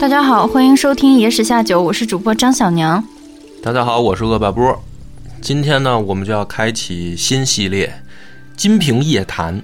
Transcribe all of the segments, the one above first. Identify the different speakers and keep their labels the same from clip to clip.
Speaker 1: 大家好，欢迎收听《野史下酒》，我是主播张小娘。
Speaker 2: 大家好，我是恶霸波。今天呢，我们就要开启新系列《金瓶夜谈》。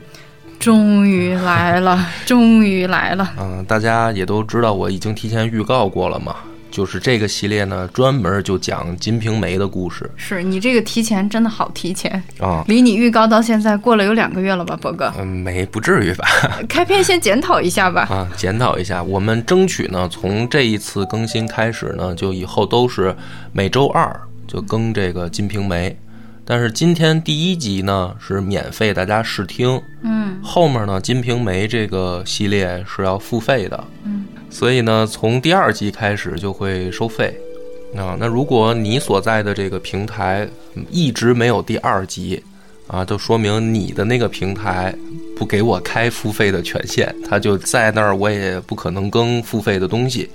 Speaker 3: 终于来了， 终于来了。
Speaker 2: 嗯、大家也都知道，我已经提前预告过了嘛。就是这个系列呢，专门就讲金瓶梅的故事
Speaker 3: 是你这个提前真的好提前，
Speaker 2: 啊。
Speaker 3: 离你预告到现在过了有两个月了吧，博哥？
Speaker 2: 嗯，没不至于吧？
Speaker 3: 开篇先检讨一下吧。
Speaker 2: 啊，检讨一下，我们争取呢，从这一次更新开始呢，就以后都是每周二就更这个《金瓶梅》，但是今天第一集呢是免费大家试听，
Speaker 3: 嗯，
Speaker 2: 后面呢《金瓶梅》这个系列是要付费的，
Speaker 3: 嗯，
Speaker 2: 所以呢从第二集开始就会收费。啊，那如果你所在的这个平台嗯一直没有第二集，啊，就说明你的那个平台不给我开付费的权限，它就在那儿，我也不可能更付费的东西。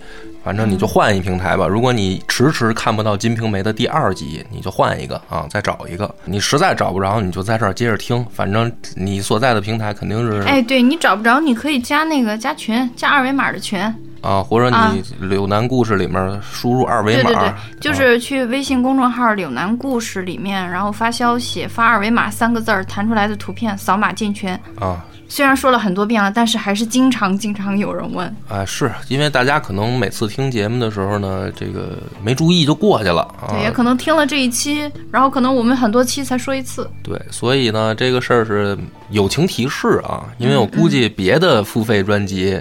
Speaker 2: 反正你就换一平台吧。如果你迟迟看不到《金瓶梅》的第二集，你就换一个啊，再找一个。你实在找不着，你就在这儿接着听。反正你所在的平台肯定是
Speaker 3: 哎，对你找不着，你可以加那个加群，加二维码的群。
Speaker 2: 啊，或者
Speaker 3: 啊
Speaker 2: 你柳南故事里面输入二维
Speaker 3: 对
Speaker 2: 码啊
Speaker 3: 对对，就是去微信公众号“柳南故事”里面，然后发消息，发二维码三个字儿弹出来的图片，扫码进群。
Speaker 2: 啊。
Speaker 3: 虽然说了很多遍了，但是还是经常经常有人问。
Speaker 2: 啊，是因为大家可能每次听节目的时候呢，这个没注意就过去了啊
Speaker 3: 对，。也可能听了这一期，然后可能我们很多期才说一次。
Speaker 2: 对，所以呢，这个事儿是友情提示啊，因为
Speaker 3: 嗯
Speaker 2: 我估计别的付费专辑，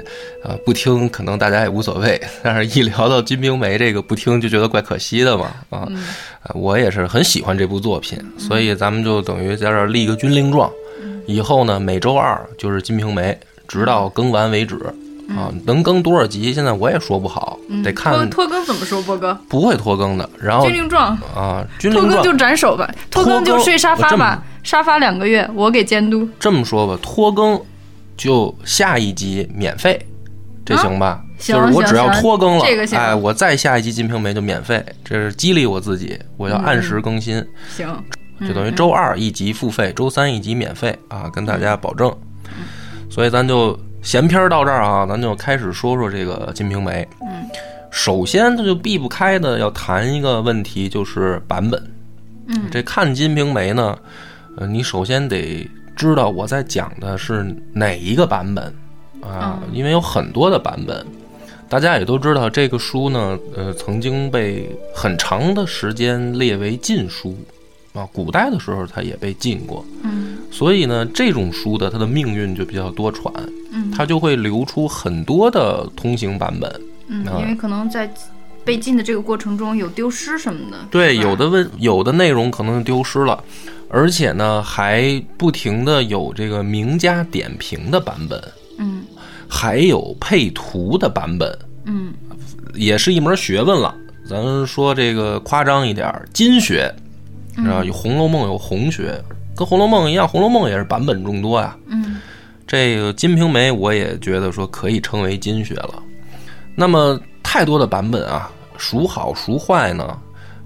Speaker 2: 啊、不听可能大家也无所谓，但是一聊到《金瓶梅》这个不听就觉得怪可惜的嘛啊、
Speaker 3: 嗯
Speaker 2: 呃我也是很喜欢这部作品，所以咱们就等于在这儿立个军令状，
Speaker 3: 嗯
Speaker 2: 以后呢每周二就是《金瓶梅》，直到更完为止啊，能更多少集现在我也说不好，得
Speaker 3: 嗯拖
Speaker 2: 看哦
Speaker 3: 拖更怎么说，波哥？
Speaker 2: 不会拖更的，然后
Speaker 3: 军令状。
Speaker 2: 啊军
Speaker 3: 拖
Speaker 2: 令
Speaker 3: 更
Speaker 2: 状
Speaker 3: 就斩首吧，
Speaker 2: 拖
Speaker 3: 拖
Speaker 2: 更
Speaker 3: 更就睡沙发
Speaker 2: 我这么
Speaker 3: 吧，沙发两个月，我给监督。
Speaker 2: 这么说吧，拖更就下一集免费，这行吧？
Speaker 3: 啊行
Speaker 2: 就是我
Speaker 3: 行
Speaker 2: 只要
Speaker 3: 行
Speaker 2: 拖更了，
Speaker 3: 这个行
Speaker 2: 哎，我再下一集《金瓶梅》就免费，这是激励我自己，我要按时更新，
Speaker 3: 行，
Speaker 2: 就等于周二一集付费，周三一集免费啊，跟大家保证。所以咱就闲篇儿到这儿啊，咱就开始说说这个《金瓶梅》。嗯，首先它就避不开的要谈一个问题，就是版本。
Speaker 3: 嗯，
Speaker 2: 这看《金瓶梅》呢，呃，你首先得知道我在讲的是哪一个版本啊，因为有很多的版本。大家也都知道，这个书呢，呃，曾经被很长的时间列为禁书，啊，古代的时候它也被禁过，
Speaker 3: 嗯
Speaker 2: 所以呢，这种书的它的命运就比较多舛，
Speaker 3: 嗯
Speaker 2: 它就会流出很多的通行版本。
Speaker 3: 嗯
Speaker 2: 啊，
Speaker 3: 因为可能在被禁的这个过程中有丢失什么的。
Speaker 2: 对，
Speaker 3: 是吧
Speaker 2: 有的问有的内容可能就丢失了，而且呢，还不停的有这个名家点评的版本，
Speaker 3: 嗯
Speaker 2: 还有配图的版本，
Speaker 3: 嗯
Speaker 2: 也是一门学问了。咱说这个夸张一点儿，金学，
Speaker 3: 嗯
Speaker 2: 知道有《红楼梦》有红学，跟《红楼梦》一样，《红楼梦》也是版本众多呀、
Speaker 3: 嗯
Speaker 2: 这个《金瓶梅》，我也觉得说可以称为金学了。那么太多的版本啊，孰好孰坏呢？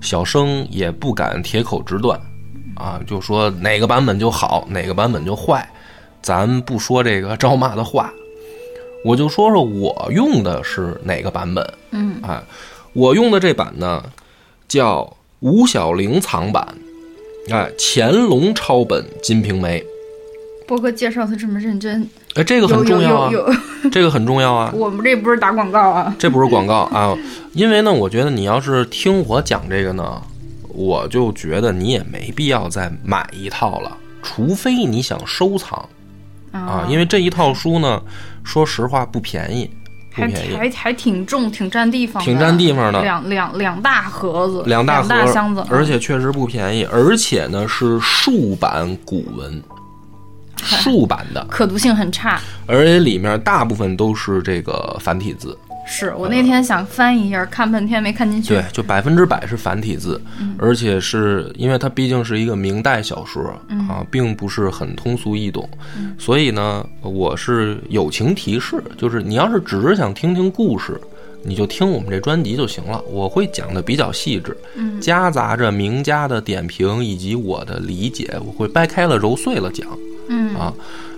Speaker 2: 小生也不敢铁口直断，啊，就说哪个版本就好，哪个版本就坏，咱不说这个招骂的话，我就说说我用的是哪个版本。
Speaker 3: 嗯
Speaker 2: 啊，我用的这版呢叫吴小玲藏版，哎，乾隆抄本《金瓶梅》，
Speaker 3: 波哥介绍的这么认真，
Speaker 2: 哎，这个很
Speaker 3: 有有
Speaker 2: 重要啊
Speaker 3: 有。有，
Speaker 2: 这个很重要啊，
Speaker 3: 我们这不是打广告啊。
Speaker 2: 这不是广告啊，因为呢，我觉得你要是听我讲这个呢，我就觉得你也没必要再买一套了，除非你想收藏
Speaker 3: 哦
Speaker 2: 啊，因为这一套书呢，说实话不便宜，不
Speaker 3: 还
Speaker 2: 便宜，
Speaker 3: 还还挺重，挺占地方的，
Speaker 2: 挺占地方的
Speaker 3: 两两两大盒子，
Speaker 2: 两大
Speaker 3: 大
Speaker 2: 盒
Speaker 3: 箱子，啊
Speaker 2: 而且确实不便宜，而且呢是竖版古 文，
Speaker 3: 嗨
Speaker 2: 竖版的，
Speaker 3: 可读性很差。
Speaker 2: 而且里面大部分都是这个繁体字。
Speaker 3: 是我那天想翻一下，看半天没看进去。
Speaker 2: 对，就百分之百是繁体字，而且是因为它毕竟是一个明代小说、啊，并不是很通俗易懂，所以呢，我是友情提示，就是你要是只是想听听故事。你就听我们这专辑就行了，我会讲的比较细致，夹杂着名家的点评以及我的理解，我会掰开了揉碎了讲。
Speaker 3: 嗯
Speaker 2: 啊，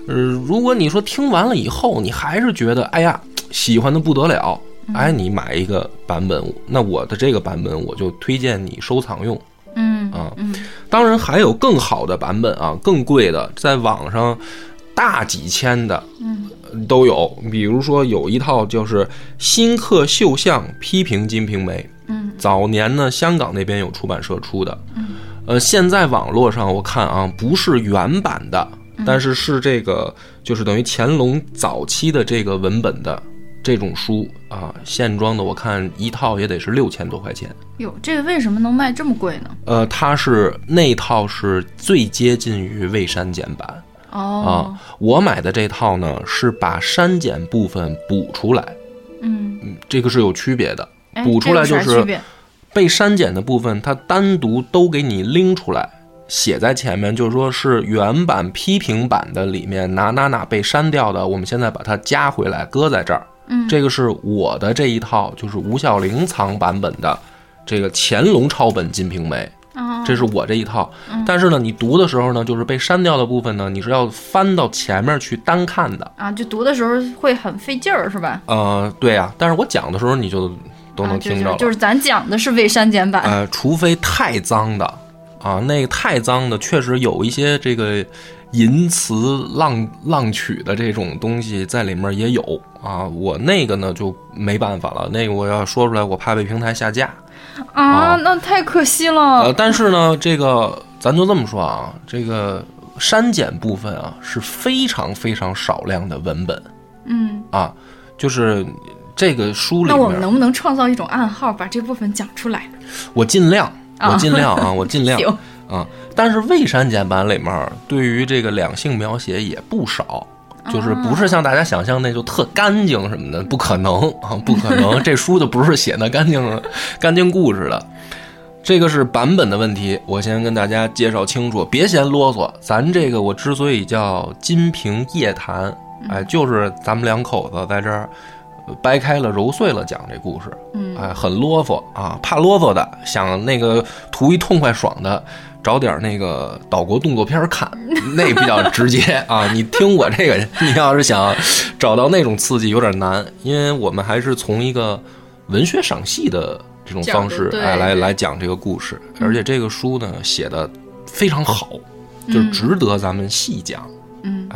Speaker 2: 呃，如果你说听完了以后，你还是觉得哎呀喜欢的不得了，哎，你买一个版本，那我的这个版本我就推荐你收藏用。
Speaker 3: 嗯
Speaker 2: 啊
Speaker 3: 嗯
Speaker 2: 当然还有更好的版本啊，更贵的，在网上大几千的
Speaker 3: 嗯
Speaker 2: 都有。比如说有一套就是《新客绣像批评《金瓶梅》，
Speaker 3: 嗯
Speaker 2: 早年呢香港那边有出版社出的
Speaker 3: 嗯，
Speaker 2: 呃，现在网络上我看啊，不是原版的，
Speaker 3: 嗯
Speaker 2: 但是是这个就是等于乾隆早期的这个文本的。这种书啊，现装的我看一套也得是六千多块钱。
Speaker 3: 哟，这个为什么能卖这么贵呢？
Speaker 2: 呃，它是那套是最接近于未删减版，
Speaker 3: 哦
Speaker 2: 啊，我买的这套呢是把删减部分补出来，
Speaker 3: 嗯，
Speaker 2: 这个是有区别的。
Speaker 3: 哎
Speaker 2: 补出来
Speaker 3: 这有
Speaker 2: 就
Speaker 3: 啥
Speaker 2: 是
Speaker 3: 区别
Speaker 2: 被删减的部分，它单独都给你拎出来，写在前面，就是说是原版批评版的里面哪哪哪被删掉的，我们现在把它加回来，搁在这儿。
Speaker 3: 嗯
Speaker 2: 这个是我的这一套，就是吴小玲藏版本的这个乾隆抄本《金瓶梅》。
Speaker 3: 哦嗯
Speaker 2: 这是我这一套。但是呢，你读的时候呢，就是被删掉的部分呢，你是要翻到前面去单看的。
Speaker 3: 啊，就读的时候会很费劲儿，是吧？
Speaker 2: 呃，对啊，但是我讲的时候你就都
Speaker 3: 啊，
Speaker 2: 能
Speaker 3: 就
Speaker 2: 听着
Speaker 3: 是
Speaker 2: 了。
Speaker 3: 就是咱讲的是未删减版，
Speaker 2: 呃，除非太脏的啊，那个太脏的确实有一些这个淫词浪浪曲的这种东西在里面也有啊。我那个呢就没办法了，那个我要说出来，我怕被平台下架。
Speaker 3: 啊
Speaker 2: 啊，
Speaker 3: 那太可惜
Speaker 2: 呃，
Speaker 3: 了。
Speaker 2: 但是呢，这个咱就这么说啊，这个删减部分啊是非常非常少量的文本
Speaker 3: 嗯，
Speaker 2: 啊，就是这个书里
Speaker 3: 那我们
Speaker 2: 面，
Speaker 3: 能不能创造一种暗号，把这部分讲出来？
Speaker 2: 我尽量，
Speaker 3: 啊
Speaker 2: 我尽量啊，我尽 量
Speaker 3: 行，
Speaker 2: 啊。但是未删减版里面对于这个两性描写也不少。就是不是像大家想象那就特干净什么的，不可能啊，不可能！这书就不是写那干净干净故事的，这个是版本的问题，我先跟大家介绍清楚，别嫌啰嗦。咱这个我之所以叫《金瓶夜谈》，哎，就是咱们两口子在这儿呃掰开了揉碎了讲这故事，
Speaker 3: 嗯
Speaker 2: 哎，很啰嗦啊，怕啰嗦的，想那个图一痛快爽的。找点那个岛国动作片儿 看，那比较直接啊！你听我这个， 你要是想找到那种刺激，有点难，因为我们还是从一个文学赏析的这种方式
Speaker 3: 角度，对
Speaker 2: 哎，来
Speaker 3: 对
Speaker 2: 来讲这个故事，而且这个书呢写的非常好，就是
Speaker 3: 嗯
Speaker 2: 值得咱们细讲。
Speaker 3: 嗯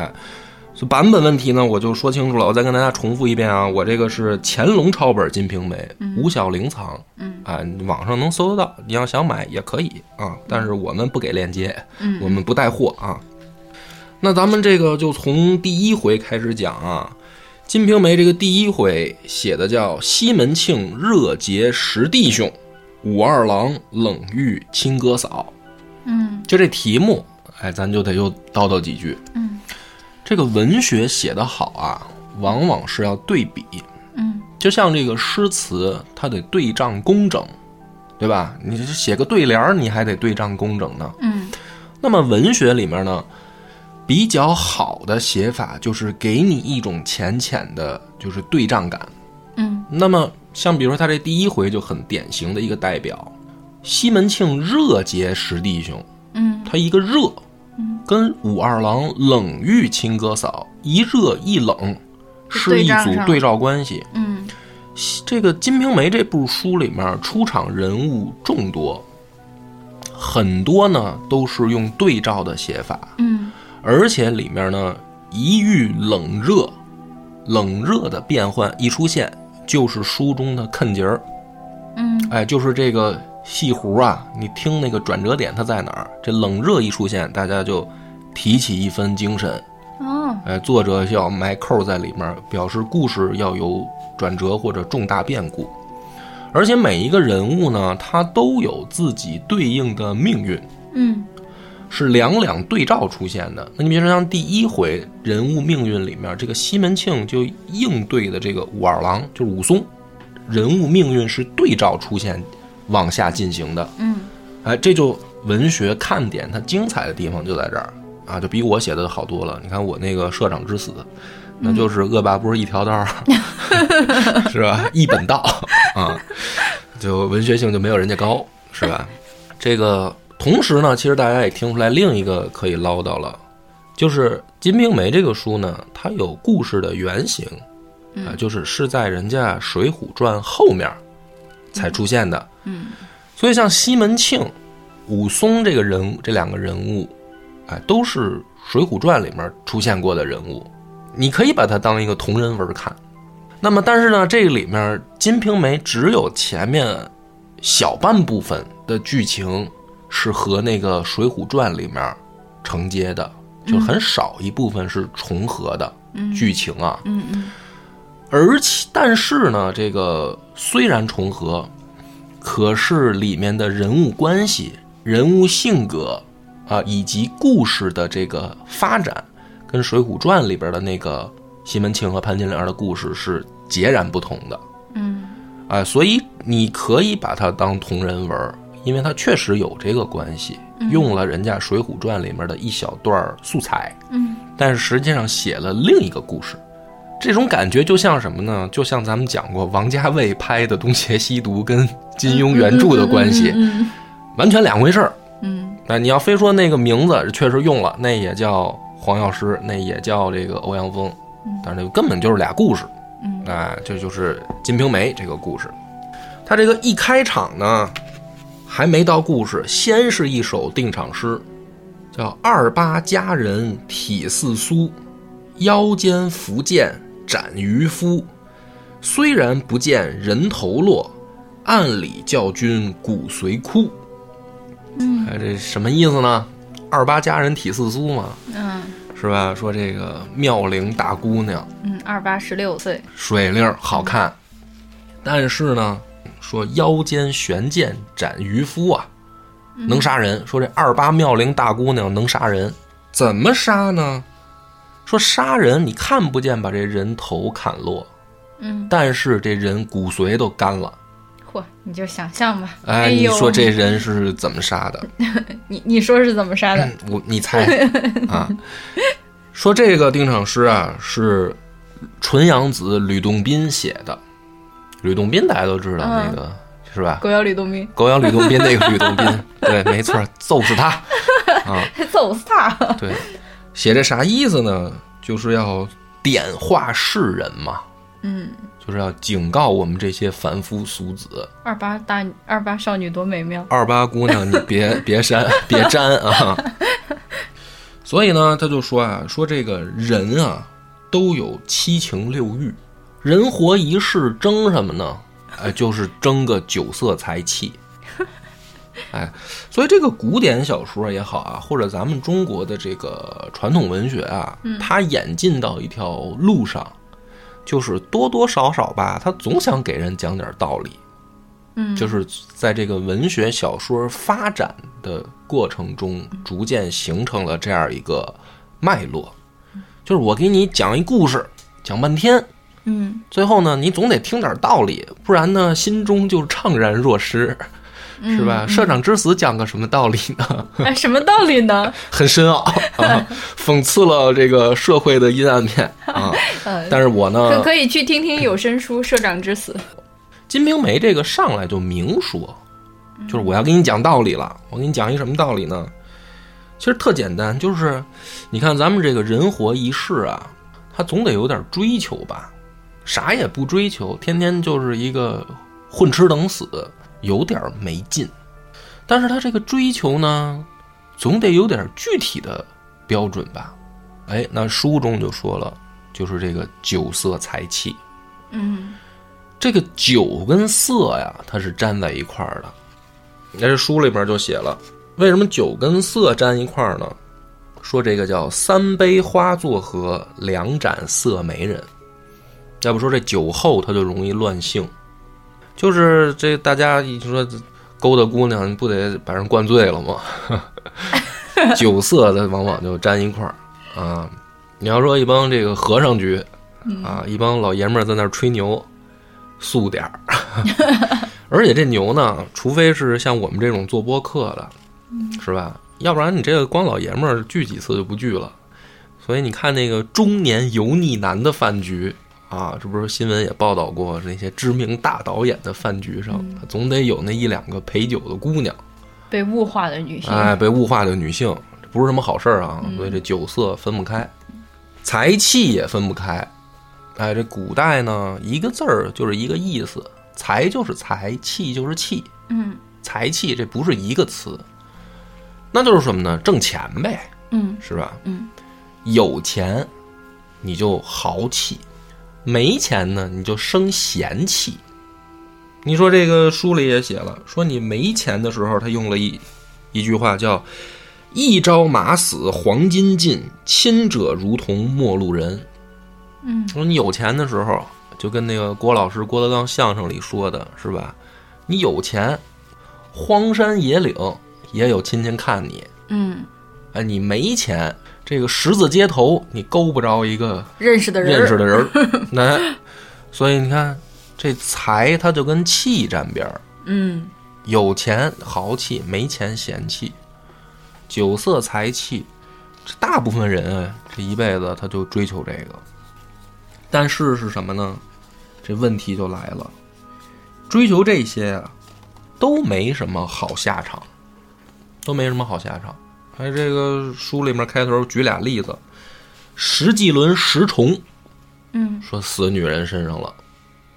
Speaker 2: 所以版本问题呢，我就说清楚了，我再跟大家重复一遍啊，我这个是乾隆抄本《金瓶梅》，吴小玲藏，
Speaker 3: 嗯
Speaker 2: 啊，你网上能搜得到，你要想买也可以啊，但是我们不给链接，
Speaker 3: 嗯
Speaker 2: 我们不带货啊。那咱们这个就从第一回开始讲啊，《金瓶梅》这个第一回写的叫西门庆热结十弟兄，武二郎冷遇亲哥嫂，
Speaker 3: 嗯
Speaker 2: 就这题目，哎，咱就得又叨叨几句。
Speaker 3: 嗯
Speaker 2: 这个文学写得好啊，往往是要对比，
Speaker 3: 嗯
Speaker 2: 就像这个诗词，它得对仗工整，对吧？你这写个对联儿，你还得对仗工整呢。
Speaker 3: 嗯
Speaker 2: 那么文学里面呢，比较好的写法就是给你一种浅浅的，就是对仗感。
Speaker 3: 嗯
Speaker 2: 那么像比如说他这第一回就很典型的一个代表，西门庆热结十弟兄，
Speaker 3: 嗯
Speaker 2: 他一个热，跟武二郎冷遇亲哥嫂，一热一冷，是
Speaker 3: 对
Speaker 2: 一组
Speaker 3: 仗上
Speaker 2: 对照关系。
Speaker 3: 嗯
Speaker 2: 这个《金瓶梅》这部书里面出场人物众多，很多呢都是用对照的写法，
Speaker 3: 嗯
Speaker 2: 而且里面呢一遇冷热，冷热的变换一出现，就是书中的坑节儿，
Speaker 3: 嗯
Speaker 2: 哎，就是这个戏弧啊，你听那个转折点它在哪儿？这冷热一出现，大家就提起一分精神，
Speaker 3: 哦
Speaker 2: 哎，作者要埋扣在里面，表示故事要有转折或者重大变故。而且每一个人物呢，他都有自己对应的命运，
Speaker 3: 嗯
Speaker 2: 是两两对照出现的。那你比如说像第一回人物命运里面，这个西门庆就应对的这个武二郎，就是武松，人物命运是对照出现，往下进行的。
Speaker 3: 嗯
Speaker 2: 哎，这就文学看点它精彩的地方就在这儿啊，就比我写的好多了。你看我那个社长之死，那就是恶霸波一条道儿，啊 是吧？一本道啊，就文学性就没有人家高，是吧？这个同时呢，其实大家也听出来另一个可以唠叨了，就是《金瓶梅》这个书呢，它有故事的原型，啊，就是是在人家《水浒传》后面儿才出现的。
Speaker 3: 嗯，
Speaker 2: 所以像西门庆、武松这个人这两个人物，哎，都是《水浒传》里面出现过的人物，你可以把它当一个同人文看。那么，但是呢，这里面《金瓶梅》只有前面小半部分的剧情是和那个《水浒传》里面承接的，就很少一部分是重合的剧情啊。
Speaker 3: 嗯嗯
Speaker 2: 而且，但是呢，这个虽然重合，可是里面的人物关系、人物性格啊，以及故事的这个发展，跟《水浒传》里边的那个西门庆和潘金莲的故事是截然不同的。
Speaker 3: 嗯
Speaker 2: 啊，所以你可以把它当同人文儿，因为它确实有这个关系，用了人家《水浒传》里面的一小段儿素材，
Speaker 3: 嗯，
Speaker 2: 但是实际上写了另一个故事。这种感觉就像什么呢？就像咱们讲过王家卫拍的《东邪西毒》跟金庸原著的关系，
Speaker 3: 嗯
Speaker 2: 完全两回事儿。
Speaker 3: 嗯
Speaker 2: 那你要非说那个名字确实用了，那也叫黄药师，那也叫这个欧阳锋，但是那根本就是俩故事。
Speaker 3: 嗯，
Speaker 2: 啊，这就是《金瓶梅》这个故事。它这个一开场呢，还没到故事，先是一首定场诗，叫“二八佳人体似酥，腰间拂剑斩渔夫。虽然不见人头落，暗里教君骨髓枯。”嗯，哎，这什么意思呢？二八佳人体似酥嘛，
Speaker 3: 嗯
Speaker 2: 是吧？说这个妙龄大姑娘。
Speaker 3: 嗯，二八十六岁，
Speaker 2: 水灵儿好看，但是呢，说腰间悬剑斩渔夫啊，能杀人。说这二八妙龄大姑娘能杀人，怎么杀呢？说杀人你看不见把这人头砍落，
Speaker 3: 嗯，
Speaker 2: 但是这人骨髓都干了。
Speaker 3: 嚯，你就想象吧。
Speaker 2: 哎，你
Speaker 3: 呦，
Speaker 2: 说这人是怎么杀的？
Speaker 3: 你你说是怎么杀的？
Speaker 2: 我你猜啊？说这个定场诗啊是纯阳子吕洞宾写的，吕洞宾大家都知道那个、是吧？
Speaker 3: 狗咬吕洞宾，
Speaker 2: 狗咬吕洞宾那个吕洞宾，对，没错，揍死他。
Speaker 3: 揍死他！
Speaker 2: 对，写这啥意思呢？就是要点化世人嘛，
Speaker 3: 嗯，
Speaker 2: 就是要警告我们这些凡夫俗子。
Speaker 3: 二八大二八少女多美妙。
Speaker 2: 二八姑娘，你别别删，别粘啊！所以呢，他就说啊，说这个人啊，都有七情六欲，人活一世争什么呢？哎，就是争个酒色财气。哎，所以这个古典小说也好啊，或者咱们中国的这个传统文学啊，它演进到一条路上，就是多多少少吧，它总想给人讲点道理。
Speaker 3: 嗯
Speaker 2: 就是在这个文学小说发展的过程中，
Speaker 3: 嗯
Speaker 2: 逐渐形成了这样一个脉络。就是我给你讲一故事，讲半天，
Speaker 3: 嗯
Speaker 2: 最后呢，你总得听点道理，不然呢，心中就怅然若失，
Speaker 3: 嗯
Speaker 2: 是吧？社长之死讲个什么道理呢？
Speaker 3: 哎，什么道理呢？
Speaker 2: 很深奥啊，讽刺了这个社会的阴暗面 啊。
Speaker 3: 呃，
Speaker 2: 但是我呢，
Speaker 3: 可可以去听听有声书《社长之死》。
Speaker 2: 《金瓶梅》这个上来就明说，就是我要给你讲道理了。我给你讲一什么道理呢？其实特简单，就是你看咱们这个人活一世啊，他总得有点追求吧，啥也不追求，天天就是一个混吃等死，有点没劲。但是他这个追求呢，总得有点具体的标准吧。哎，那书中就说了，就是这个酒色财气。
Speaker 3: 嗯
Speaker 2: 这个酒跟色呀，它是粘在一块儿的。那这书里边就写了，为什么酒跟色粘一块儿呢？说这个叫三杯花作和，两盏色媒人。要不说这酒后他就容易乱性，就是这大家一说勾搭姑娘，不得把人灌醉了吗？酒色的往往就粘一块儿啊。你要说一帮这个和尚局啊，一帮老爷们儿在那儿吹牛，素点儿。 而且这牛呢，除非是像我们这种做播客的，是吧？要不然你这个光老爷们儿聚几次就不聚了。所以你看那个中年油腻男的饭局啊，这不是新闻也报道过，那些知名大导演的饭局上，总得有那一两个陪酒的姑娘。
Speaker 3: 被物化的女性。
Speaker 2: 哎，被物化的女性，这不是什么好事儿啊。所以这酒色分不开，财气也分不开。哎，这古代呢，一个字儿就是一个意思，财就是财，气就是气，
Speaker 3: 嗯
Speaker 2: 财气这不是一个词，那就是什么呢？挣钱呗，
Speaker 3: 嗯
Speaker 2: 是吧？
Speaker 3: 嗯，
Speaker 2: 有钱你就豪气，没钱呢你就生闲气。你说这个书里也写了，说你没钱的时候，他用了一一句话叫“一朝马死黄金尽，亲者如同陌路人”。
Speaker 3: 嗯，
Speaker 2: 说你有钱的时候，就跟那个郭老师郭德纲相声里说的是吧？你有钱，荒山野岭也有亲戚看你，
Speaker 3: 嗯，
Speaker 2: 哎，你没钱，这个十字街头你勾不着一个
Speaker 4: 认识的人，
Speaker 2: 认识的人儿，那、所以你看，这财它就跟气沾边儿，
Speaker 4: 嗯，
Speaker 2: 有钱豪气，没钱嫌弃，酒色财气，这大部分人啊，这一辈子他就追求这个。但是是什么呢？这问题就来了，追求这些啊，都没什么好下场，都没什么好下场。哎，这个书里面开头举俩例子，石纪伦石崇，
Speaker 3: 嗯，
Speaker 2: 说死女人身上了，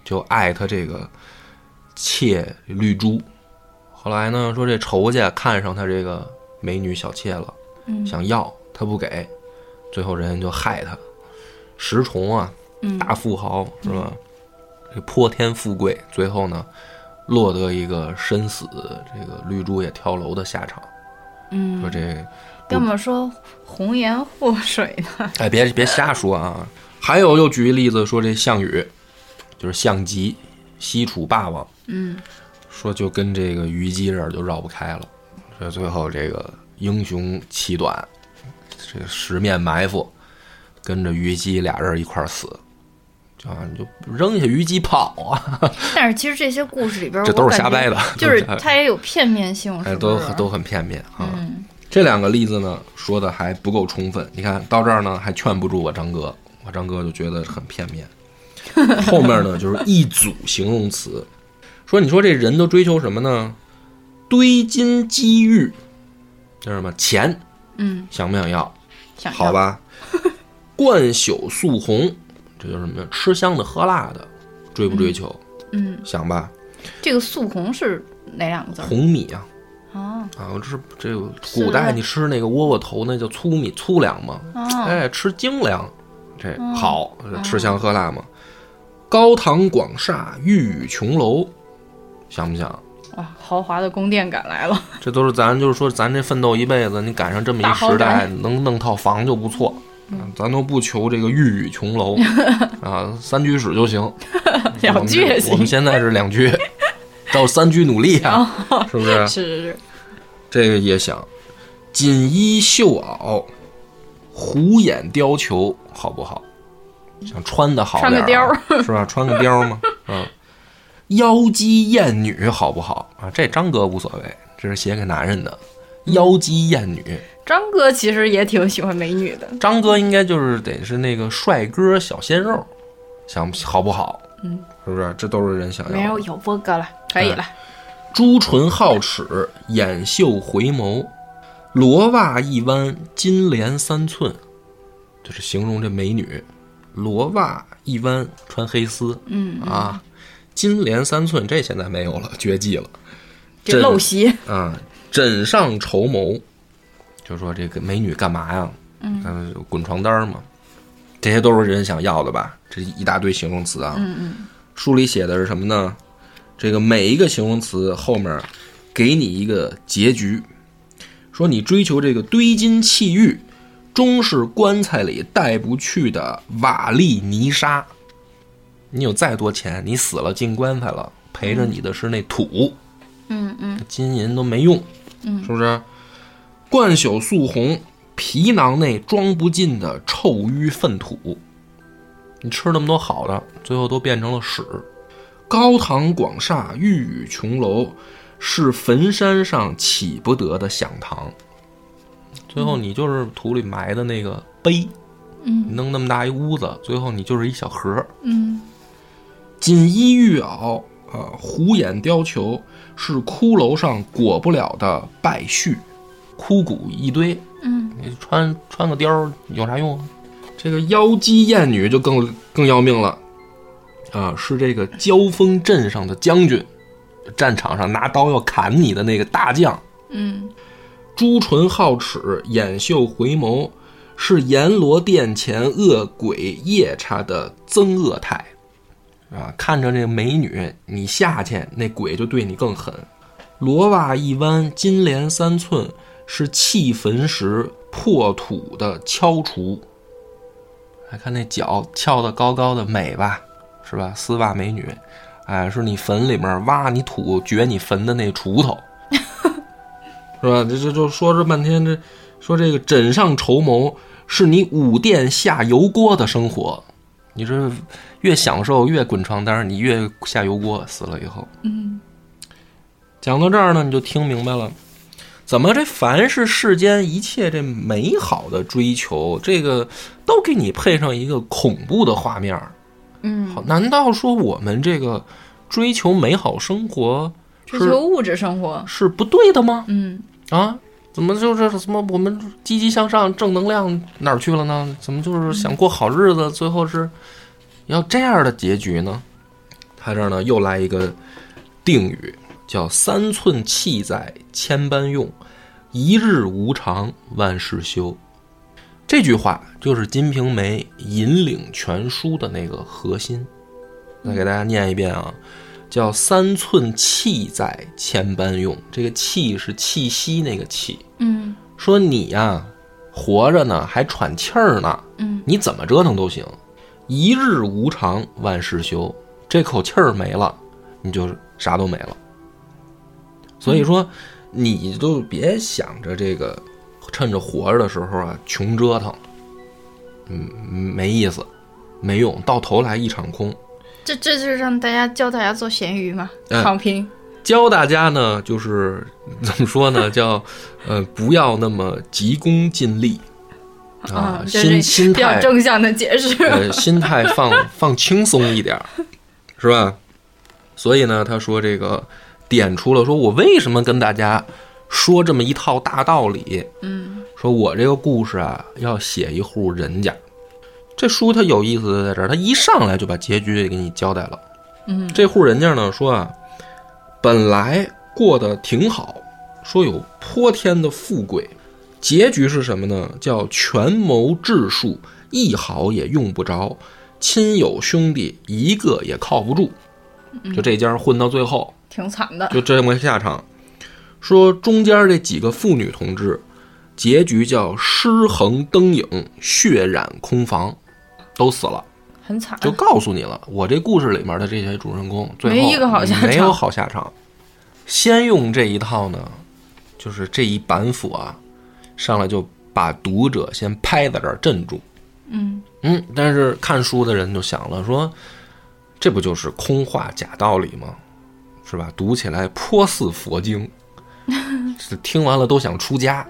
Speaker 2: 就爱他这个妾绿珠。后来呢，说这仇家看上他这个美女小妾了，
Speaker 3: 嗯
Speaker 2: 想要他不给，最后人就害他。石崇啊，
Speaker 3: 嗯
Speaker 2: 大富豪是吧？这泼天富贵，最后呢，落得一个身死，这个绿珠也跳楼的下场。
Speaker 3: 嗯
Speaker 2: 说这，
Speaker 3: 要么说红颜祸水呢？
Speaker 2: 哎，别别瞎说啊！还有又举一例子，说这项羽，就是项籍，西楚霸王。
Speaker 3: 嗯
Speaker 2: 说就跟这个虞姬这儿就绕不开了，所以最后这个英雄气短，这个十面埋伏，跟着虞姬俩人一块儿死，啊，你就扔下虞姬跑啊，
Speaker 3: 但是其实这些故事里边儿，
Speaker 2: 这
Speaker 3: 我
Speaker 2: 都是
Speaker 3: 感觉
Speaker 2: 瞎掰的，
Speaker 3: 就是
Speaker 2: 都瞎掰
Speaker 3: 它也有片面性，
Speaker 2: 哎，
Speaker 3: 是
Speaker 2: 都
Speaker 3: 不是？
Speaker 2: 都很片面啊。
Speaker 3: 嗯
Speaker 2: 这两个例子呢，说的还不够充分。你看到这儿呢，还劝不住我张哥，我张哥就觉得很片 面。后面呢，就是一组形容词，说你说这人都追求什么呢？堆金积玉，叫什么钱？
Speaker 3: 嗯，
Speaker 2: 想不想要？
Speaker 3: 想要
Speaker 2: 好， 吧，冠朽素红，这就是什么呀？吃香的喝辣的，追不追求？
Speaker 3: 嗯，
Speaker 2: 想吧，
Speaker 3: 这个素红是哪两个字儿？
Speaker 2: 红米啊，
Speaker 3: 哦
Speaker 2: 啊，我这这个
Speaker 3: 是
Speaker 2: 古代你吃那个窝窝头，那叫粗米粗粮嘛，
Speaker 3: 哦，
Speaker 2: 哎，吃精粮，这
Speaker 3: 嗯
Speaker 2: 好，吃香喝辣嘛。高堂广厦，玉宇琼楼，想不想？
Speaker 3: 哇，豪华的宫殿感来了。
Speaker 2: 这都是咱就是说，咱这奋斗一辈子，你赶上这么
Speaker 3: 大
Speaker 2: 一
Speaker 3: 豪
Speaker 2: 时代
Speaker 3: 宅，嗯
Speaker 2: 能弄套房就不错。啊咱都不求这个玉宇 琼楼啊，三居室就行。
Speaker 3: 两
Speaker 2: 我们
Speaker 3: 居
Speaker 2: 这
Speaker 3: 也行
Speaker 2: 我们现在是 两居，到三居努力啊，
Speaker 3: 哦
Speaker 2: 是不
Speaker 3: 是
Speaker 2: 是？
Speaker 3: 是是，
Speaker 2: 这个也想，锦衣绣袄，虎眼貂裘，好不好？想穿的好点、
Speaker 3: 穿
Speaker 2: 啊，
Speaker 3: 个
Speaker 2: 是吧？穿个貂嘛，嗯，妖姬艳女好不好啊？这张哥无所谓，这是写给男人的。妖姬艳女，
Speaker 3: 张哥其实也挺喜欢美女的。
Speaker 2: 张哥应该就是得是那个帅哥小鲜肉，想好不好？
Speaker 3: 嗯，
Speaker 2: 是不是？这都是人想
Speaker 3: 没
Speaker 2: 要
Speaker 3: 有
Speaker 2: 的。
Speaker 3: 有波哥了，可以
Speaker 2: 哎
Speaker 3: 了。
Speaker 2: 朱唇皓齿，眼袖回眸，罗袜一弯，金莲三寸，就是形容这美女。罗袜一弯，穿黑丝
Speaker 3: 嗯，
Speaker 2: 啊，金莲三寸，这现在没有了，绝迹了。
Speaker 4: 这陋习，
Speaker 2: 啊，枕上筹谋，就说这个美女干嘛呀？
Speaker 3: 嗯
Speaker 2: 嗯，滚床单儿嘛，这些都是人想要的吧？这一大堆形容词啊。
Speaker 3: 嗯嗯，
Speaker 2: 书里写的是什么呢？这个每一个形容词后面给你一个结局，说你追求这个堆金砌玉，终是棺材里带不去的瓦砾泥沙。你有再多钱，你死了进棺材了，陪着你的是那土。
Speaker 3: 嗯嗯
Speaker 2: 金银都没用，
Speaker 3: 嗯
Speaker 2: 是不是？冠朽素红，皮囊内装不进的臭淤粪土，你吃那么多好的，最后都变成了屎。高堂广厦，玉宇琼楼，是坟山上起不得的响堂。最后你就是土里埋的那个碑，
Speaker 3: 嗯，
Speaker 2: 你弄那么大一屋子，最后你就是一小盒儿。
Speaker 3: 嗯
Speaker 2: 锦衣玉袄，呃，虎眼貂裘是骷髅上裹不了的败絮，枯骨一堆，
Speaker 3: 嗯
Speaker 2: 你穿穿个貂儿有啥用啊？这个妖姬艳女就更更要命了，啊，是这个交锋镇上的将军，战场上拿刀要砍你的那个大将，
Speaker 3: 嗯，
Speaker 2: 朱唇皓齿，眼袖回眸，是阎罗殿前恶鬼夜叉的增恶态。啊，看着这美女，你下去，那鬼就对你更狠。罗袜一弯，金莲三寸，是砌坟时破土的敲锄。还看那脚翘得高高的，美吧，是吧？丝袜美女，哎，是你坟里面挖你土、掘你坟的那锄头。是吧？这这就说这半天，这说这个枕上筹谋是你五殿下油锅的生活，你这越享受越滚床单，你越下油锅，死了以后。嗯。讲到这儿呢，你就听明白了，怎么这凡是世间一切这美好的追求，这个都给你配上一个恐怖的画面儿。
Speaker 3: 嗯，
Speaker 2: 好，难道说我们这个追求美好生活
Speaker 3: 追
Speaker 2: 是
Speaker 3: 求物质生活，
Speaker 2: 是不对的吗？
Speaker 3: 嗯，
Speaker 2: 啊，怎么就是什么我们积极向上、正能量哪儿去了呢？怎么就是想过好日子，最后是要这样的结局呢？他这儿呢又来一个定语，叫“三寸气在千般用，一日无常万事休”。这句话就是《金瓶梅》引领全书的那个核心。那给大家念一遍啊，叫“三寸气在千般用”，这个“气”是气息那个“气”。
Speaker 3: 嗯
Speaker 2: 说你呀、活着呢，还喘气儿呢，
Speaker 3: 嗯
Speaker 2: 你怎么折腾都行。一日无常，万事休，这口气儿没了，你就啥都没了。所以说，你就别想着这个，趁着活着的时候啊，穷折腾，嗯，没意思，没用，到头来一场空。
Speaker 3: 这这就是让大家教大家做咸鱼嘛，
Speaker 2: 哎
Speaker 3: 躺平，
Speaker 2: 教大家呢，就是怎么说 呢，叫呃，不要那么急功近利啊，
Speaker 3: 嗯，这
Speaker 2: 心
Speaker 3: 是
Speaker 2: 心
Speaker 3: 比较
Speaker 2: 态
Speaker 3: 正向的解释。
Speaker 2: 呃，心态放放轻松一点儿，是吧？所以呢，他说这个点出了，说我为什么跟大家说这么一套大道理？
Speaker 3: 嗯
Speaker 2: 说我这个故事啊，要写一户人家。这书它有意思的在这儿，它一上来就把结局给你交代了。
Speaker 3: 嗯
Speaker 2: 这户人家呢说啊，本来过得挺好，说有泼天的富贵，结局是什么呢？叫权谋智术一毫也用不着，亲友兄弟一个也靠不住，就这家混到最后，
Speaker 3: 挺惨的。
Speaker 2: 就这么个下场。说中间这几个妇女同志，结局叫尸横灯影，血染空房，都死了。
Speaker 3: 很惨，
Speaker 2: 就告诉你了，我这故事里面的这些主人公，最后
Speaker 3: 没一个好下场
Speaker 2: 没有好下场。先用这一套呢，就是这一板斧啊，上来就把读者先拍在这儿镇住。
Speaker 3: 嗯
Speaker 2: 嗯，但是看书的人就想了说，这不就是空话假道理吗？是吧？读起来颇似 佛经，是听完了都想出家。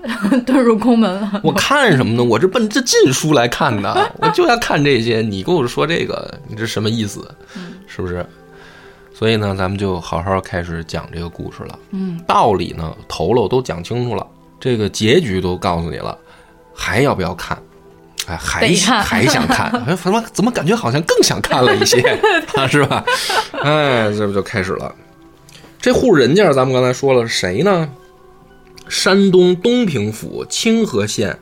Speaker 3: 遁入空门了。
Speaker 2: 我看什么呢？我这奔着禁书来看的，啊我就要看这些。你跟我说这个，你这什么意思？是不是？所以呢，咱们就好好开始讲这个故事了。
Speaker 3: 嗯，
Speaker 2: 道理呢，头喽都讲清楚了，这个结局都告诉你了，还要不要看？哎，还
Speaker 3: 得看
Speaker 2: 还想 看？哎，怎么怎么感觉好像更想看了一些，啊，是吧？哎，这不就开始了。这户人家，咱们刚才说了是谁呢？山东东平府清河县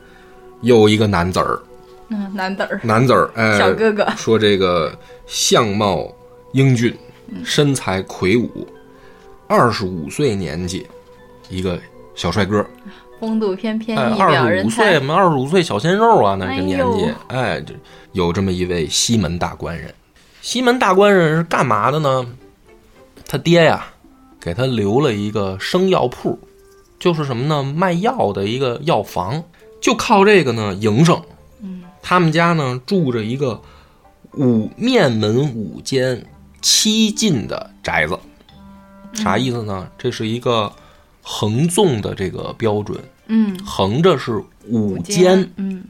Speaker 2: 有一个男子儿，
Speaker 3: 嗯，男子儿，
Speaker 2: 男子儿，哎，
Speaker 3: 小哥哥
Speaker 2: 说这个相貌英俊，身材魁梧，二十五岁年纪，一个小帅哥，
Speaker 3: 风度翩翩
Speaker 2: 哎，，
Speaker 3: 一
Speaker 2: 二
Speaker 3: 表
Speaker 2: 十
Speaker 3: 人
Speaker 2: 五岁
Speaker 3: 才。
Speaker 2: 嘛，二十五岁小鲜肉啊，那
Speaker 3: 哎
Speaker 2: 个
Speaker 3: 呦
Speaker 2: 年纪，哎，这有这么一位西门大官人。西门大官人是干嘛的呢？他爹呀，给他留了一个生药铺，就是什么呢？卖药的一个药房，就靠这个呢营生。
Speaker 3: 嗯，
Speaker 2: 他们家呢住着一个五面门五间七进的宅子，啥
Speaker 3: 嗯
Speaker 2: 意思呢？这是一个横纵的这个标准，
Speaker 3: 嗯，
Speaker 2: 横着是五间，
Speaker 3: 间，嗯